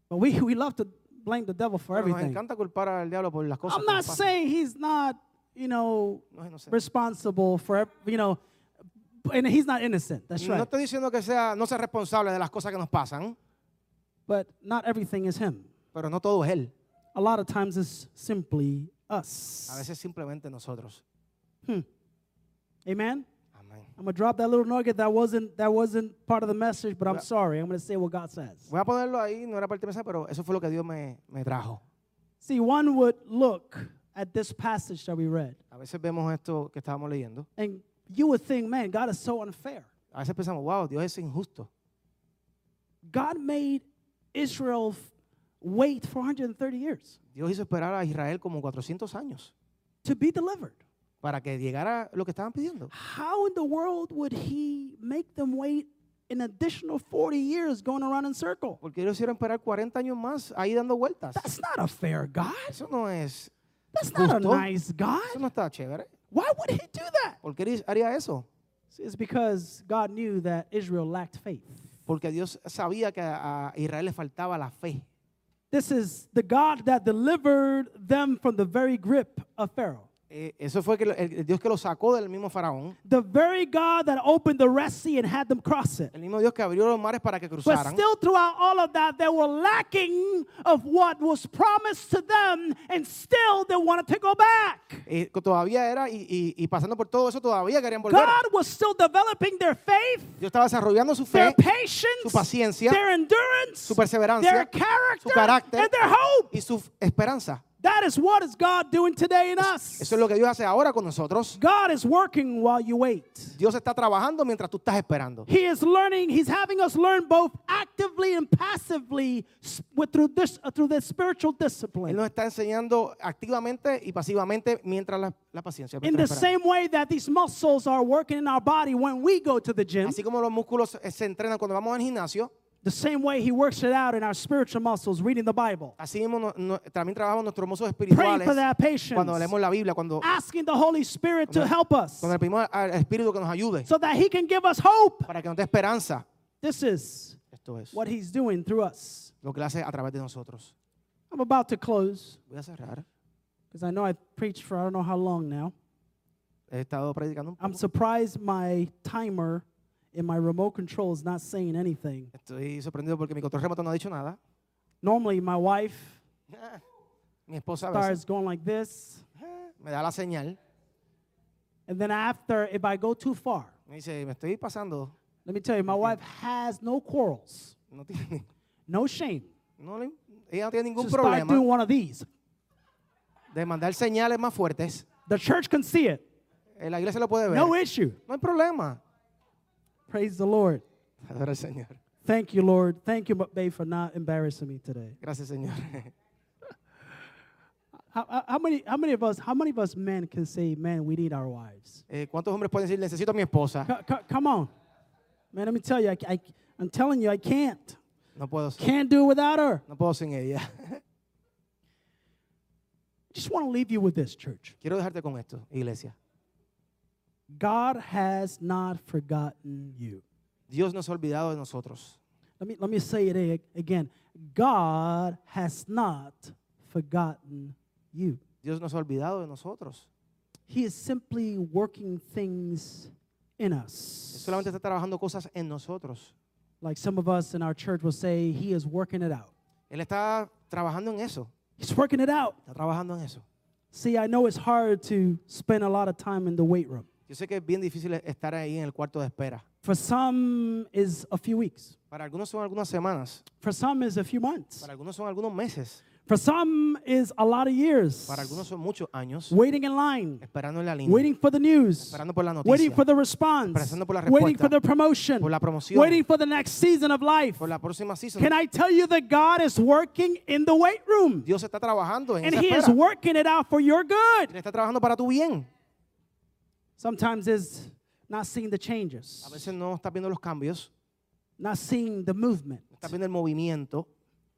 S1: But we, we love to blame the devil for
S2: Pero Nos
S1: everything.
S2: encanta culpar al diablo por las cosas.
S1: I'm
S2: que nos
S1: not
S2: pasan.
S1: saying he's not, you know,
S2: No es inocente.
S1: responsible for, ev- you know, and he's not innocent. That's
S2: No
S1: right.
S2: estoy diciendo que sea, no sea responsable de las cosas que nos pasan,
S1: But not everything is him.
S2: pero no todo es Él.
S1: A lot of times it's simply
S2: A
S1: us.
S2: veces simplemente nosotros.
S1: Amen.
S2: Amén.
S1: I'm gonna drop that little nugget that wasn't that wasn't part of the message, but I'm
S2: Yeah.
S1: sorry. I'm gonna say what God says.
S2: Voy a ponerlo ahí, no era parte de mensaje, pero eso fue lo que Dios me, me trajo.
S1: See, one would look at this passage that we read,
S2: A veces vemos esto que estábamos leyendo.
S1: and you would think, man, God is so unfair.
S2: A veces pensamos, wow, Dios es injusto.
S1: God made Israel f- wait for 130 years
S2: Dios hizo esperar a Israel como 400 años
S1: to be delivered.
S2: para que llegara lo que estaban pidiendo.
S1: How in the world would He make them wait an additional 40 years going around in circle?
S2: Porque ellos hicieron esperar 40 años más ahí dando vueltas.
S1: That's not a fair God.
S2: Eso no es,
S1: That's not a
S2: Justo.
S1: nice God.
S2: eso no está chévere.
S1: Why would He do that?
S2: ¿Por qué haría eso?
S1: See, it's because God knew that Israel lacked faith.
S2: Porque Dios sabía que a a Israel le faltaba la fe.
S1: This is the God that delivered them from the very grip of Pharaoh.
S2: Eh, eso fue que lo- el, el Dios que lo sacó del mismo faraón,
S1: The very God that opened the Red Sea and had them cross it.
S2: el mismo Dios que abrió los mares para que
S1: But Pues
S2: cruzaran.
S1: still, throughout all of that, they were lacking of what was promised to them, and still they wanted to go back.
S2: Eh, que todavía era, y, y- y pasando por todo eso, todavía querían volver.
S1: God was still developing their faith,
S2: Dios estaba desarrollando su
S1: their
S2: fe su
S1: patience,
S2: paciencia,
S1: their endurance,
S2: su perseverancia,
S1: their
S2: su
S1: character,
S2: carácter.
S1: and their hope.
S2: y su f- esperanza.
S1: That is what is God doing today in us.
S2: Eso es lo que Dios hace ahora con nosotros.
S1: God is working while you wait.
S2: Dios está trabajando mientras tú estás esperando.
S1: He is learning. He's having us learn both actively and passively s- with, through this uh, through this spiritual
S2: Él
S1: discipline.
S2: nos está enseñando activamente y pasivamente mientras la, la paciencia.
S1: In the
S2: mientras esperamos.
S1: same way that these muscles are working in our body when we go to the gym,
S2: Así como los músculos eh, se entrenan cuando vamos al gimnasio,
S1: the same way He works it out in our spiritual muscles, reading the Bible,
S2: así mismo no- no- también trabajamos nuestros músculos
S1: praying
S2: espirituales
S1: for that
S2: cuando
S1: patience,
S2: leemos la Biblia, cuando,
S1: asking the Holy Spirit to
S2: Cuando-
S1: help us
S2: cuando le pedimos al Espíritu que nos ayude
S1: so that He can give us hope.
S2: para que nos dé esperanza.
S1: This is
S2: Esto es
S1: what He's doing through us.
S2: lo que Él hace a través de nosotros.
S1: I'm about to close
S2: Voy a cerrar.
S1: because I know I've preached for I don't know how long now.
S2: He estado predicando un poco.
S1: I'm surprised my timer in my remote control is not saying anything.
S2: Estoy sorprendido porque mi control remoto no ha dicho nada. *laughs*
S1: Normally, my wife
S2: Mi esposa a veces
S1: starts going like this,
S2: me da la señal.
S1: and then after, if I go too far,
S2: Me dice, me estoy pasando.
S1: let me tell you, my wife has no quarrels,
S2: No tiene,
S1: no shame.
S2: no le- ella no tiene ningún
S1: She'll start doing
S2: problema
S1: one of these.
S2: de mandar señales más fuertes.
S1: The church can see it,
S2: Eh, La iglesia lo puede ver.
S1: no issue.
S2: No hay problema.
S1: Praise the Lord.
S2: Adora al Señor.
S1: Thank you, Lord. Thank you, babe, for not embarrassing me today.
S2: Gracias, Señor.
S1: How, how- how many? How many of us? How many of us men can say, "Man, we need our wives"?
S2: Eh, ¿Cuántos hombres pueden decir, necesito a mi esposa?
S1: Co- co- come on. Man, let me tell you, I, I, am telling you, I can't.
S2: No puedo, sin-
S1: Can't do it without her.
S2: no puedo sin ella. *laughs*
S1: Just want to leave you with this, church.
S2: Quiero dejarte con esto, iglesia.
S1: God has not forgotten you.
S2: Dios nos ha olvidado de nosotros.
S1: Let me, let me say it a- again. God has not forgotten you.
S2: Dios nos ha olvidado de nosotros.
S1: He is simply working things in
S2: Él
S1: us.
S2: solamente está trabajando cosas en nosotros.
S1: Like some of us in our church will say, He is working it out.
S2: Él está trabajando en eso.
S1: He's working it out.
S2: Está trabajando en eso.
S1: See, I know it's hard to spend a lot of time in the weight room.
S2: Yo sé que es bien difícil estar ahí en el cuarto de espera.
S1: For some is a few weeks.
S2: Para algunos son algunas semanas,
S1: For some is a few months.
S2: para algunos son algunos meses,
S1: For some is a lot of years.
S2: para algunos son muchos años,
S1: Waiting in line,
S2: esperando en la línea,
S1: waiting for the news,
S2: esperando por la
S1: waiting
S2: noticia,
S1: for the response,
S2: Esperando por la
S1: waiting
S2: respuesta,
S1: for the promotion,
S2: por la promoción,
S1: waiting for the next season of life.
S2: por la próxima season.
S1: Can I tell you that God is working in the weight room?
S2: Dios está trabajando en
S1: And
S2: esa
S1: He is
S2: espera.
S1: working it out for your
S2: Él
S1: good.
S2: está trabajando para tu bien.
S1: Sometimes it's not seeing the changes,
S2: A veces no estás viendo los cambios,
S1: not seeing the movement.
S2: no estás viendo el movimiento.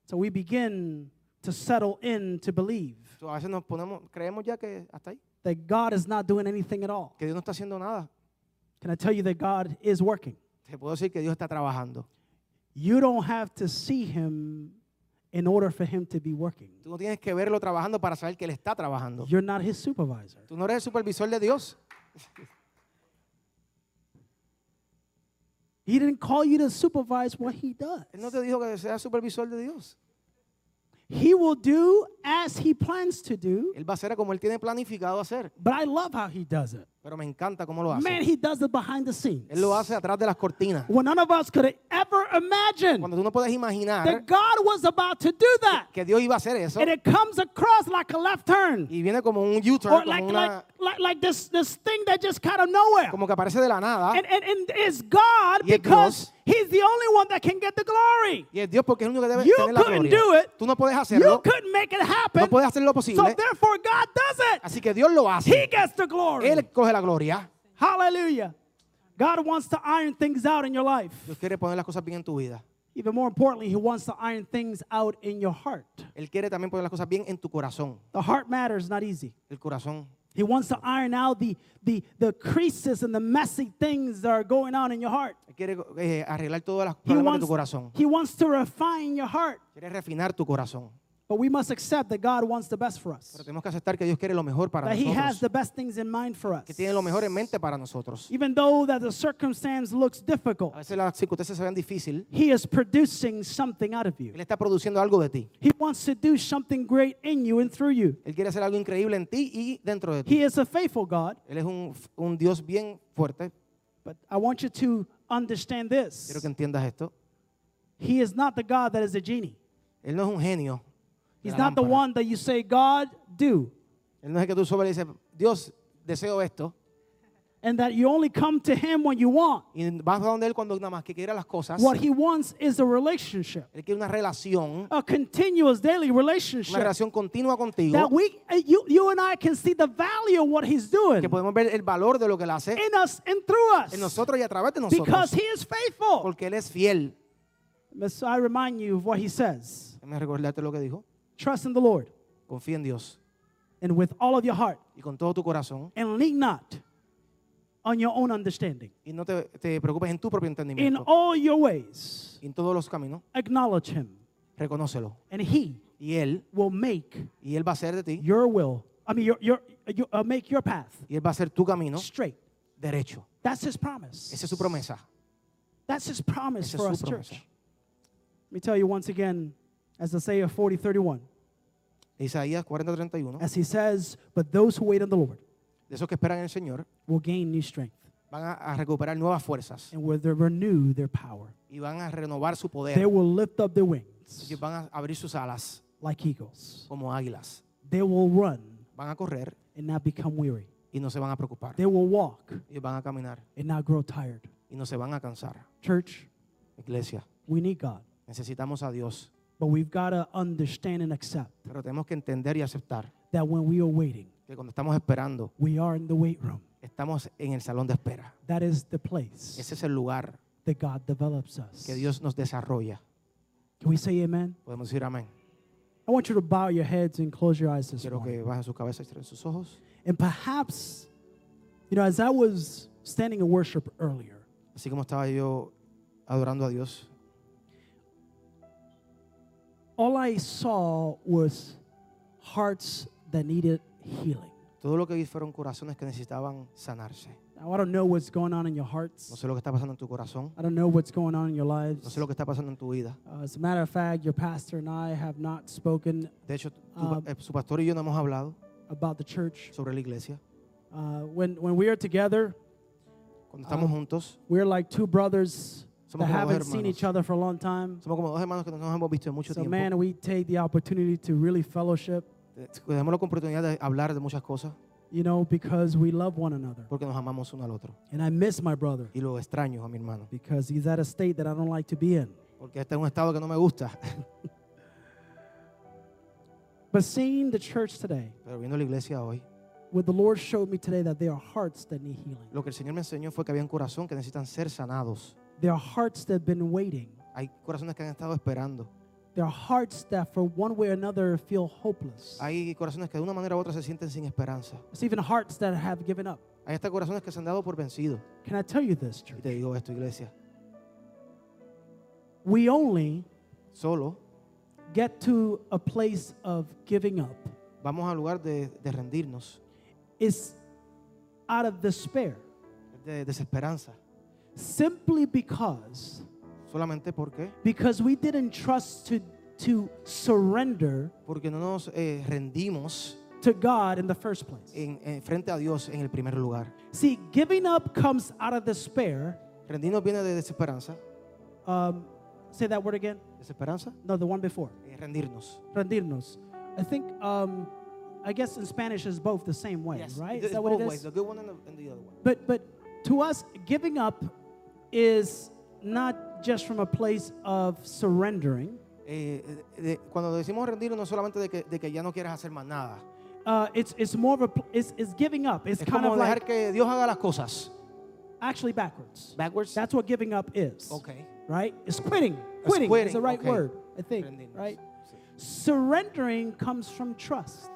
S1: So we begin to settle in to believe
S2: So, A veces nos ponemos, creemos ya que hasta ahí,
S1: that God is not doing anything at all.
S2: que Dios no está haciendo nada.
S1: Can I tell you that God is working?
S2: Te puedo decir que Dios está trabajando.
S1: You don't have to see him in order for him to be working.
S2: Tú no tienes que verlo trabajando para saber que Él está trabajando.
S1: You're not his supervisor.
S2: Tú no eres el supervisor de Dios.
S1: He didn't call you to supervise what he does.
S2: Él no te dijo que seas supervisor de Dios.
S1: He will do as he plans to do,
S2: Él va a hacer como él tiene planificado hacer.
S1: but I love how he does it.
S2: Pero me encanta cómo lo hace.
S1: Man, he does it behind the scenes.
S2: Él lo hace atrás de las cortinas.
S1: When none of us could ever imagine
S2: Cuando tú no puedes imaginar
S1: that God was about to do that.
S2: que Dios iba a hacer eso
S1: And it comes across like a left turn.
S2: y viene como un U-turn,
S1: Or
S2: como,
S1: like, like,
S2: una-
S1: like, like this, this thing that just kind of nowhere.
S2: como que aparece de la nada.
S1: And, and, and it's God
S2: Ah. Y es
S1: because
S2: Dios.
S1: he's the only one that can get the glory.
S2: Y es Dios porque es el único que debe
S1: You
S2: tener la
S1: couldn't
S2: gloria.
S1: do it.
S2: Tú no puedes
S1: You
S2: hacerlo.
S1: couldn't make it happen.
S2: No puedes hacer lo
S1: So
S2: posible.
S1: therefore, God does it.
S2: Así que Dios lo
S1: He
S2: hace.
S1: gets the glory.
S2: Él coge la gloria.
S1: Hallelujah. God wants to iron things out in your life.
S2: Dios quiere poner las cosas bien en tu vida.
S1: Even more importantly, He wants to iron things out in your heart.
S2: Él quiere también poner las cosas bien en tu corazón.
S1: The heart matters, not easy.
S2: El corazón.
S1: He wants to iron out the, the, the creases and the messy things that are going on in your heart.
S2: Él quiere eh, arreglar todos los
S1: He
S2: problemas de tu
S1: wants,
S2: corazón.
S1: he wants to refine your heart,
S2: Quiere refinar tu corazón.
S1: but we must accept that God wants the best for us,
S2: Pero tenemos que aceptar que Dios quiere lo mejor para
S1: that He has
S2: nosotros.
S1: the best things in mind for us.
S2: Que tiene lo mejor en mente para nosotros.
S1: Even though that the circumstance looks difficult,
S2: A veces las circunstancias se ven difíciles.
S1: He is producing something out of you.
S2: Él está produciendo algo de ti.
S1: He wants to do something great in you and through you.
S2: Él quiere hacer algo increíble en ti y dentro de ti.
S1: He is a faithful God,
S2: Él es un, un Dios bien fuerte.
S1: but I want you to understand this.
S2: Quiero que entiendas esto.
S1: He is not the God that is a genie.
S2: Él no es un genio. de
S1: He's
S2: la
S1: not the
S2: lámpara.
S1: one that you say, God, do,
S2: Él no es el que tú sobre y dices, Dios, deseo esto.
S1: and that you only come to Him when you want.
S2: Y vas a donde Él cuando nada más que quiera las cosas.
S1: What He wants is a relationship,
S2: Él quiere una relación,
S1: a continuous daily
S2: una
S1: relationship
S2: relación continua contigo.
S1: that we, uh, you, you and I can see the value of what He's doing
S2: Que podemos ver el valor de lo que Él hace
S1: in us and through
S2: en
S1: us
S2: nosotros y a través de
S1: because
S2: nosotros.
S1: He is faithful.
S2: Porque Él es fiel.
S1: So I remind you of what He says.
S2: Déjame recordarte lo que dijo.
S1: Trust in the Lord
S2: Confía en Dios
S1: and with all of your heart,
S2: y con todo tu corazón.
S1: and lean not on your own understanding.
S2: Y no te, te preocupes en tu propio
S1: In
S2: entendimiento.
S1: all your ways,
S2: En todos los caminos,
S1: acknowledge Him,
S2: reconócelo.
S1: and He
S2: Y Él,
S1: will make
S2: y Él va a ser de ti.
S1: your will. I mean, your your, your uh, make your path
S2: Y Él va a ser tu camino
S1: straight.
S2: derecho.
S1: That's His promise.
S2: Esa es su promesa.
S1: That's His promise
S2: Esa
S1: for
S2: es
S1: us,
S2: su
S1: church.
S2: promesa.
S1: Let me tell you once again, as Isaiah 40, 31,
S2: Isaías 40:31.
S1: as He says, "But those who wait on the Lord
S2: De esos que esperan en el Señor
S1: will gain new strength
S2: van a, a recuperar nuevas fuerzas
S1: and will they renew their power.
S2: y van a renovar su
S1: They
S2: poder
S1: will lift up their wings
S2: y van a abrir sus alas
S1: like eagles.
S2: como águilas.
S1: They will run
S2: Van a correr
S1: and not become weary.
S2: y no se van a preocupar.
S1: They will walk
S2: Ellos van a caminar
S1: and not grow tired.
S2: y no se van a cansar.
S1: Church,
S2: Iglesia,
S1: we need God,
S2: necesitamos a Dios,
S1: but we've got to understand and accept
S2: pero tenemos que entender y aceptar
S1: that when we are waiting,
S2: que cuando estamos esperando,
S1: we are in the wait room.
S2: estamos en el salón de espera.
S1: That is the place
S2: Ese es el lugar
S1: that God develops us.
S2: que Dios nos desarrolla.
S1: Can we say amen?
S2: Podemos decir amén.
S1: I want you to bow your heads and close your eyes this
S2: Quiero
S1: morning.
S2: que bajen su cabeza y cierren sus ojos.
S1: And perhaps, you know, as I was standing in worship earlier,
S2: Así como estaba yo adorando a Dios,
S1: all I saw was hearts that needed healing.
S2: todo lo que vi fueron corazones que necesitaban sanarse.
S1: Now, I don't know what's going on in your
S2: No
S1: hearts.
S2: sé lo que está pasando en tu corazón,
S1: I don't know what's going on in your lives.
S2: no sé lo que está pasando en tu vida.
S1: Uh, as a matter of fact, your pastor and I have not spoken
S2: De hecho, tu-
S1: Ah.
S2: eh, su pastor y yo no hemos hablado
S1: about the church.
S2: sobre la iglesia.
S1: Uh, when, when we are together,
S2: Cuando estamos
S1: Ah.
S2: juntos,
S1: we're like two brothers that
S2: Somos como dos
S1: haven't seen
S2: hermanos.
S1: each other for a long time.
S2: somos como dos hermanos que no nos hemos visto en mucho
S1: So,
S2: tiempo.
S1: man, we take the opportunity to really fellowship,
S2: Eh, Tenemos la oportunidad de hablar de muchas cosas
S1: you know, because we love one another.
S2: porque nos amamos uno al otro.
S1: And I miss my brother
S2: Y lo extraño a mi hermano,
S1: because he's at a state that I don't like to be in.
S2: porque este es un estado que no me gusta. *laughs*
S1: But seeing the church today,
S2: Pero viendo la iglesia hoy,
S1: what the Lord showed me today that there are hearts that need healing.
S2: lo que el Señor me enseñó fue que había un corazón que necesitan ser sanados.
S1: There are hearts that have been waiting.
S2: Hay corazones que han estado esperando.
S1: There are hearts that, for one way or another, feel hopeless.
S2: Hay corazones que de una manera u otra se sienten sin esperanza.
S1: It's even hearts that have given up.
S2: Hay hasta corazones que se han dado por vencidos.
S1: Can I tell you this,
S2: Y
S1: church?
S2: te digo esto, iglesia.
S1: We only
S2: Solo
S1: get to a place of giving up
S2: vamos al lugar de, de rendirnos,
S1: is out of despair.
S2: de desesperanza.
S1: simply because
S2: Solamente porque,
S1: because we didn't trust to to surrender
S2: porque no nos eh, rendimos
S1: to God in the first place.
S2: en- en frente a Dios en el primer lugar.
S1: See, giving up comes out of despair.
S2: Rendirnos viene de desesperanza.
S1: Um, say that word again.
S2: Desesperanza.
S1: No, the one before.
S2: eh, rendirnos.
S1: Rendirnos. I think. Um, I guess in Spanish is both the same way,
S2: Yes,
S1: right?
S2: it's
S1: Is that what it
S2: both
S1: is?
S2: ways, the good one and the- and the other one.
S1: But but to us, giving up is not just from a place of surrendering.
S2: Eh, eh, de- cuando decimos rendirnos, no es solamente de que, de que ya no quieres hacer más nada.
S1: Uh, it's it's more of a pl- it's, it's giving up. It's
S2: Es
S1: kind
S2: como
S1: of
S2: dejar
S1: like
S2: que Dios haga las cosas.
S1: actually backwards.
S2: Backwards.
S1: That's what giving up is.
S2: Ok.
S1: Right? It's quitting. Quitting, is
S2: quitting,
S1: the right
S2: okay.
S1: word, I think.
S2: Rendirnos,
S1: Right?
S2: sí.
S1: Surrendering comes from trust.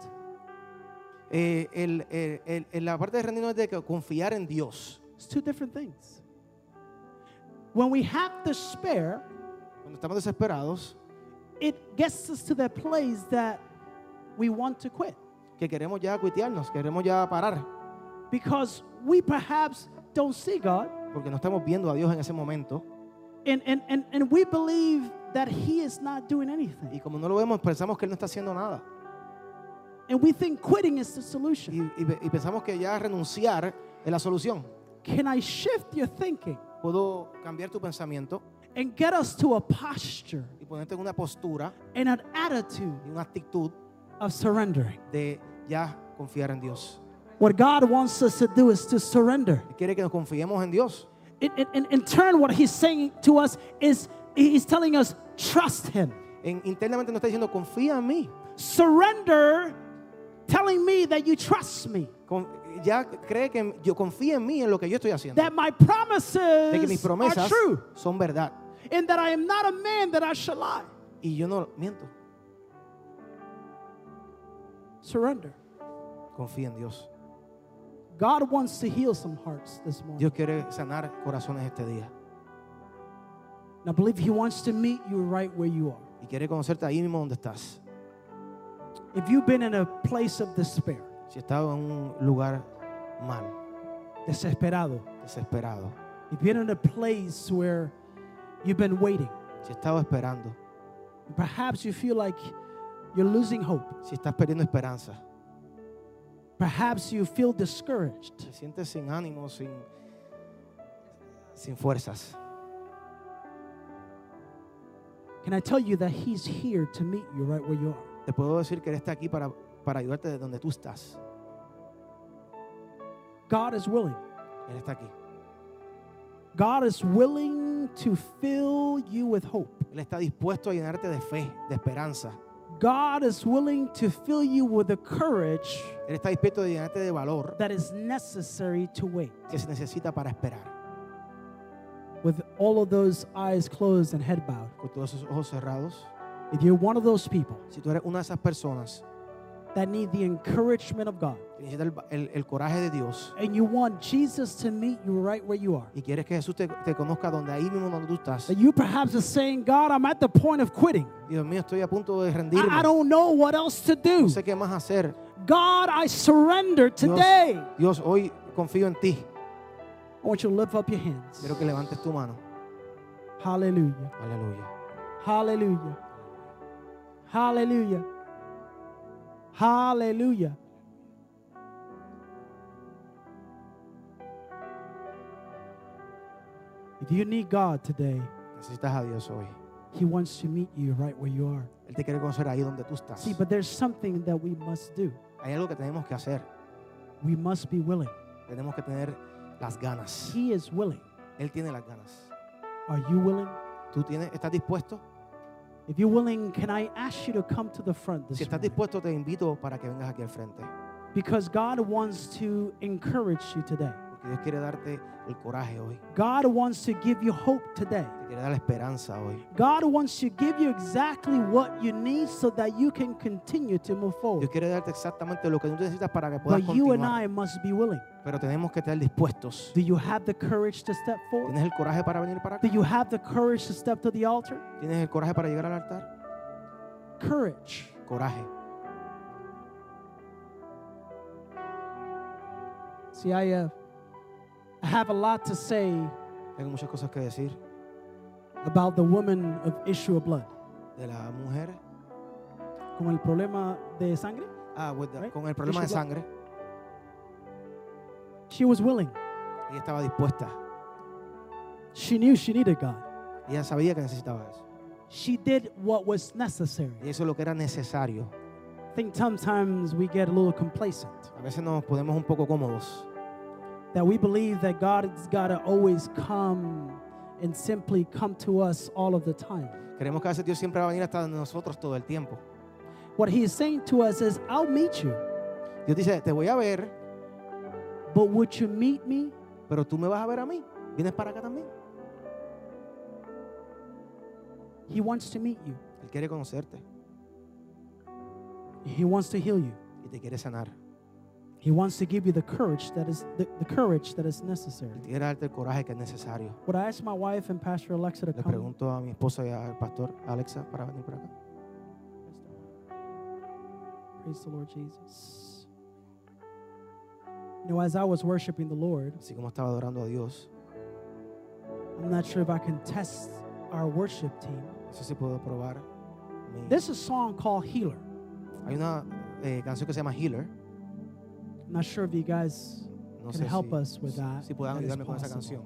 S2: Eh, el- el- el- el- la parte de rendirnos es de que confiar en Dios.
S1: It's two different things. When we have despair,
S2: Cuando estamos desesperados,
S1: it gets us to that place that we want to quit.
S2: que queremos ya cuitearnos, queremos ya parar,
S1: because we perhaps don't see God
S2: porque no estamos viendo a Dios en ese momento.
S1: and, and, and, and we believe that He is not doing
S2: Y
S1: anything.
S2: como no lo vemos, pensamos que Él no está haciendo nada.
S1: And we think quitting is the
S2: Y,
S1: solution.
S2: y pe- y pensamos que ya renunciar es la solución.
S1: Can I shift your thinking
S2: Puedo cambiar tu pensamiento
S1: and get us to a posture
S2: y ponerte en una postura
S1: and an attitude
S2: y una actitud
S1: of surrendering?
S2: de ya confiar en Dios.
S1: What God wants us to do is to surrender.
S2: Él quiere que nos confiemos en Dios.
S1: In, in- in, in turn, what He's saying to us is He- He's telling us, trust Him.
S2: En- internamente nos está diciendo, confía en mí.
S1: Surrender, telling me that you trust me,
S2: Con- ya cree que yo confía en mí, en lo que yo estoy haciendo.
S1: that my
S2: De que mis
S1: promises are
S2: promesas
S1: true.
S2: son verdad.
S1: and that I am not a man that I shall lie.
S2: Y yo no miento.
S1: Surrender.
S2: Confía en Dios.
S1: God wants to heal some hearts this morning.
S2: Dios quiere sanar corazones este día.
S1: And I believe He wants to meet you right where you are.
S2: Y quiere conocerte ahí mismo donde estás.
S1: If you've been in a place of despair,
S2: Si estás en un lugar mal,
S1: desesperado,
S2: desesperado,
S1: if you've been in a place where you've been waiting,
S2: si estás esperando,
S1: perhaps you feel like you're losing hope,
S2: si estás perdiendo esperanza,
S1: perhaps you feel discouraged,
S2: te sientes sin ánimo, sin, sin fuerzas.
S1: can I tell you that He's here to meet you right where you are?
S2: Te puedo decir que Él está aquí para, para ayudarte de donde tú estás.
S1: God is willing.
S2: Él está aquí.
S1: God is willing to fill you with hope.
S2: Él está dispuesto a llenarte de fe, de esperanza.
S1: God is willing to fill you with the courage
S2: Él está dispuesto a llenarte de valor
S1: that is necessary to wait.
S2: que se necesita para esperar.
S1: With all of those eyes closed and head bowed,
S2: Con todos esos ojos cerrados,
S1: if you're one of those people
S2: si tú eres una de esas personas
S1: that need the encouragement of God
S2: que necesita el, el- el coraje de Dios
S1: and you want Jesus to meet you right where you are,
S2: y quieres que Jesús te, te conozca donde ahí mismo donde tú estás,
S1: that you perhaps are saying, God, I'm at the point of quitting.
S2: Dios mío, estoy a punto de rendirme.
S1: I, I don't know what else to
S2: no
S1: do.
S2: sé qué más hacer.
S1: God, I surrender
S2: Dios,
S1: today.
S2: Dios, hoy confío en ti.
S1: I want you to lift up your hands.
S2: Quiero que levantes tu mano.
S1: Hallelujah.
S2: Aleluya.
S1: Hallelujah. Hallelujah. Hallelujah. If you need God today,
S2: Necesitas a Dios hoy.
S1: He wants to meet you right where you are.
S2: Él te quiere conocer ahí donde tú estás.
S1: See, but there's something that we must do.
S2: Hay algo que tenemos que hacer.
S1: We must be willing.
S2: Tenemos que tener las ganas.
S1: He is willing.
S2: Él tiene las ganas.
S1: Are you willing?
S2: ¿Tú tienes, estás dispuesto?
S1: If you're willing, can I ask you to come to the front this
S2: Si estás
S1: morning?
S2: dispuesto, te invito para que vengas aquí al frente.
S1: Because God wants to encourage you today.
S2: Porque Dios quiere darte el coraje hoy.
S1: God wants to give you hope today.
S2: Te quiere dar la esperanza hoy.
S1: God wants to give you exactly what you need so that you can continue to move forward.
S2: Dios quiere darte exactamente lo que tú necesitas para que puedas
S1: But you and
S2: continuar.
S1: I must be willing.
S2: Pero tenemos que estar dispuestos.
S1: Do you have the courage to step forward?
S2: ¿Tienes el coraje para venir para
S1: Do
S2: acá?
S1: you have the courage to step to the altar?
S2: ¿Tienes el coraje para llegar al altar?
S1: Courage.
S2: Coraje.
S1: See, I, uh, I have a lot to say
S2: Tengo Tengo muchas cosas que decir
S1: about the woman of issue of blood.
S2: de la mujer
S1: Con el problema de sangre,
S2: ah, with the-
S1: Right.
S2: con el problema
S1: Issue
S2: de
S1: of
S2: sangre.
S1: she was willing.
S2: Ella estaba dispuesta.
S1: She knew she needed God.
S2: Ella sabía que necesitaba eso.
S1: She did what was necessary.
S2: Y eso es lo que era necesario.
S1: I think sometimes we get a little complacent
S2: A veces nos ponemos un poco cómodos.
S1: that we believe that God's got to always come and simply come to us all of the time.
S2: Creemos que a veces Dios siempre va a venir hasta nosotros todo el tiempo.
S1: What He is saying to us is, I'll meet you,
S2: Dios dice, te voy a ver,
S1: but would you meet me?
S2: pero tú me vas a ver a mí. ¿Vienes para acá también?
S1: He wants to meet you,
S2: Él quiere conocerte
S1: He wants to heal you.
S2: y te quiere sanar.
S1: He wants to give you the courage that is the, the courage that is necessary.
S2: Él quiere darte el coraje que es necesario.
S1: Would I ask my wife and Pastor Alexa to
S2: Le
S1: come?
S2: pregunto a mi esposa y al pastor Alexa para venir por acá.
S1: Praise the Lord Jesus. You know, as I was worshiping the Lord,
S2: Así como estaba adorando a Dios,
S1: I'm not sure if I can test our worship team.
S2: no sé si puedo probar. mi-
S1: There's a song called Healer.
S2: Hay una eh, canción que se llama Healer.
S1: I'm not sure if you guys
S2: No
S1: Can
S2: sé
S1: help
S2: si,
S1: us with
S2: si-
S1: that,
S2: si puedan
S1: that is
S2: ayudarme con esa
S1: possible.
S2: canción.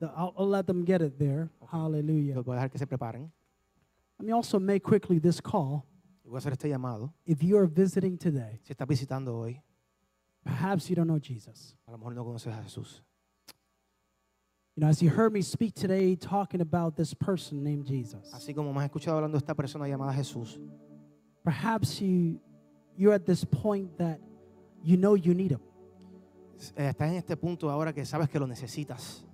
S1: The, I'll, I'll let them get it there. Hallelujah.
S2: Los voy a dejar que se preparen.
S1: Let me also make quickly this call.
S2: Y Voy a hacer este llamado.
S1: If you are visiting today,
S2: Si estás visitando hoy,
S1: perhaps you don't know Jesus.
S2: a lo mejor no conoces a Jesús.
S1: You know, as you heard me speak today, talking about this person named Jesus,
S2: Así como me has escuchado hablando de esta persona llamada Jesús,
S1: perhaps you you're at this point that you know you need him.
S2: eh, estás en este punto ahora que sabes que lo necesitas.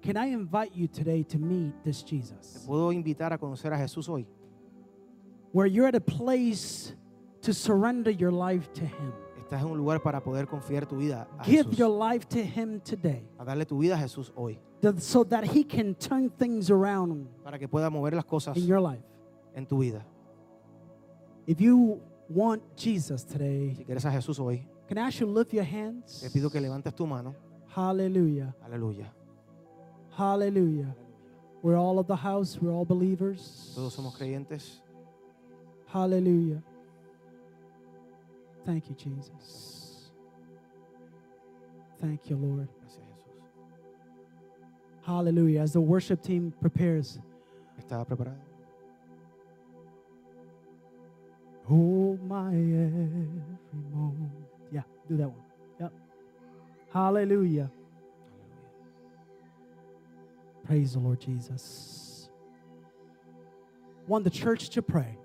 S1: Can I invite you today to meet this
S2: Te
S1: Jesus?
S2: puedo invitar a conocer a Jesús hoy.
S1: Where you're at a place to surrender your life to him.
S2: Estás en un lugar para poder confiar tu vida a
S1: Give your
S2: Jesús.
S1: life to him today
S2: A darle tu vida a Jesús hoy.
S1: th- so that he can turn things around
S2: Para que pueda mover las cosas
S1: in your life.
S2: en tu vida.
S1: If you want Jesus today,
S2: Si quieres a Jesús hoy,
S1: can I ask you to lift your hands?
S2: te pido que levantes tu mano.
S1: Hallelujah.
S2: Aleluya.
S1: Hallelujah. We're all of the house, we're all believers.
S2: Todos somos creyentes.
S1: Hallelujah. Thank you, Jesus. Thank you, Lord.
S2: Gracias, Jesús.
S1: Hallelujah. As the worship team prepares,
S2: ¿Estás preparado?
S1: oh my every moment. Yeah, do that one. Yep. Hallelujah.
S2: Aleluya.
S1: Praise the Lord Jesus. Want the church to pray.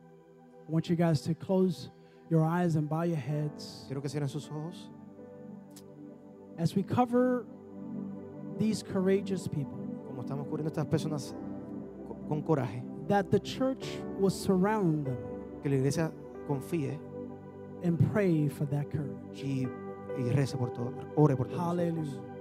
S1: I want you guys to close your eyes and bow your heads.
S2: Quiero que cierren sus ojos.
S1: As we cover these courageous people,
S2: Como estamos cubriendo estas personas co- con coraje,
S1: that the church will surround them
S2: que la iglesia confíe
S1: and pray for that courage.
S2: y, y rece por todo, ore por todos. nosotros.
S1: Hallelujah.